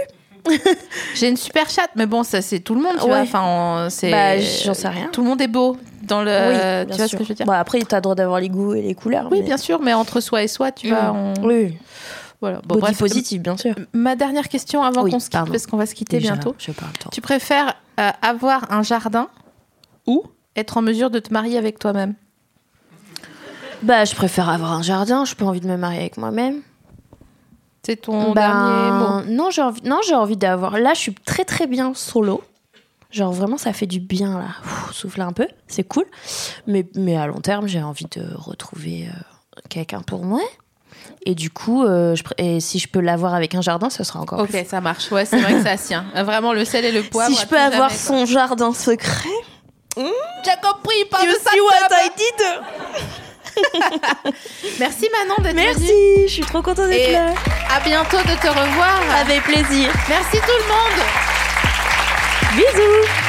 Speaker 2: J'ai une super chatte, mais bon, ça, c'est tout le monde, tu
Speaker 3: Ouais.
Speaker 2: vois. Enfin, on- c'est.
Speaker 3: Bah, j'en sais rien.
Speaker 2: Tout le monde est beau dans le.
Speaker 3: Oui,
Speaker 2: euh, tu
Speaker 3: bien
Speaker 2: vois ce
Speaker 3: sûr.
Speaker 2: que je veux dire
Speaker 3: Bon, après, t'as le droit d'avoir les goûts et les couleurs.
Speaker 2: Oui,
Speaker 3: mais- Mm.
Speaker 2: bien sûr, mais entre soi et soi, tu vois, on...
Speaker 3: Oui,
Speaker 2: voilà. Bon,
Speaker 3: body
Speaker 2: bref.
Speaker 3: positive, bien sûr.
Speaker 2: M- Euh, Ma dernière question avant
Speaker 3: Oui,
Speaker 2: qu'on se quitte,
Speaker 3: pardon.
Speaker 2: parce qu'on va se quitter
Speaker 3: Déjà,
Speaker 2: bientôt.
Speaker 3: Je parle tant.
Speaker 2: Tu préfères euh, avoir un jardin ou être en mesure de te marier avec toi-même
Speaker 3: Bah, je préfère avoir un jardin. Je pas envie de me marier avec moi-même.
Speaker 2: C'est ton
Speaker 3: Ben,
Speaker 2: dernier mot.
Speaker 3: Non, j'ai envie, non, j'ai envie d'avoir. Là, je suis très très bien solo. Genre vraiment, ça fait du bien là. Ouh, souffler un peu, c'est cool. Mais, mais à long terme, j'ai envie de retrouver euh, quelqu'un pour moi. Et du coup, euh, je pr- et si je peux l'avoir avec un jardin, ce sera encore
Speaker 2: Ok,
Speaker 3: plus.
Speaker 2: ça marche. Ouais, c'est vrai que ça tient. Vraiment, le sel et le poivre.
Speaker 3: si
Speaker 2: à
Speaker 3: je
Speaker 2: tout
Speaker 3: peux avoir
Speaker 2: jamais, quoi.
Speaker 3: son jardin secret,
Speaker 2: J'ai compris, il parle
Speaker 3: you
Speaker 2: de ça.
Speaker 3: see what I did.
Speaker 2: Merci Manon d'être venue.
Speaker 3: Merci, je suis trop contente d'être
Speaker 2: Et
Speaker 3: là.
Speaker 2: à bientôt de te revoir.
Speaker 3: Avec plaisir.
Speaker 2: Merci tout le monde.
Speaker 3: Bisous.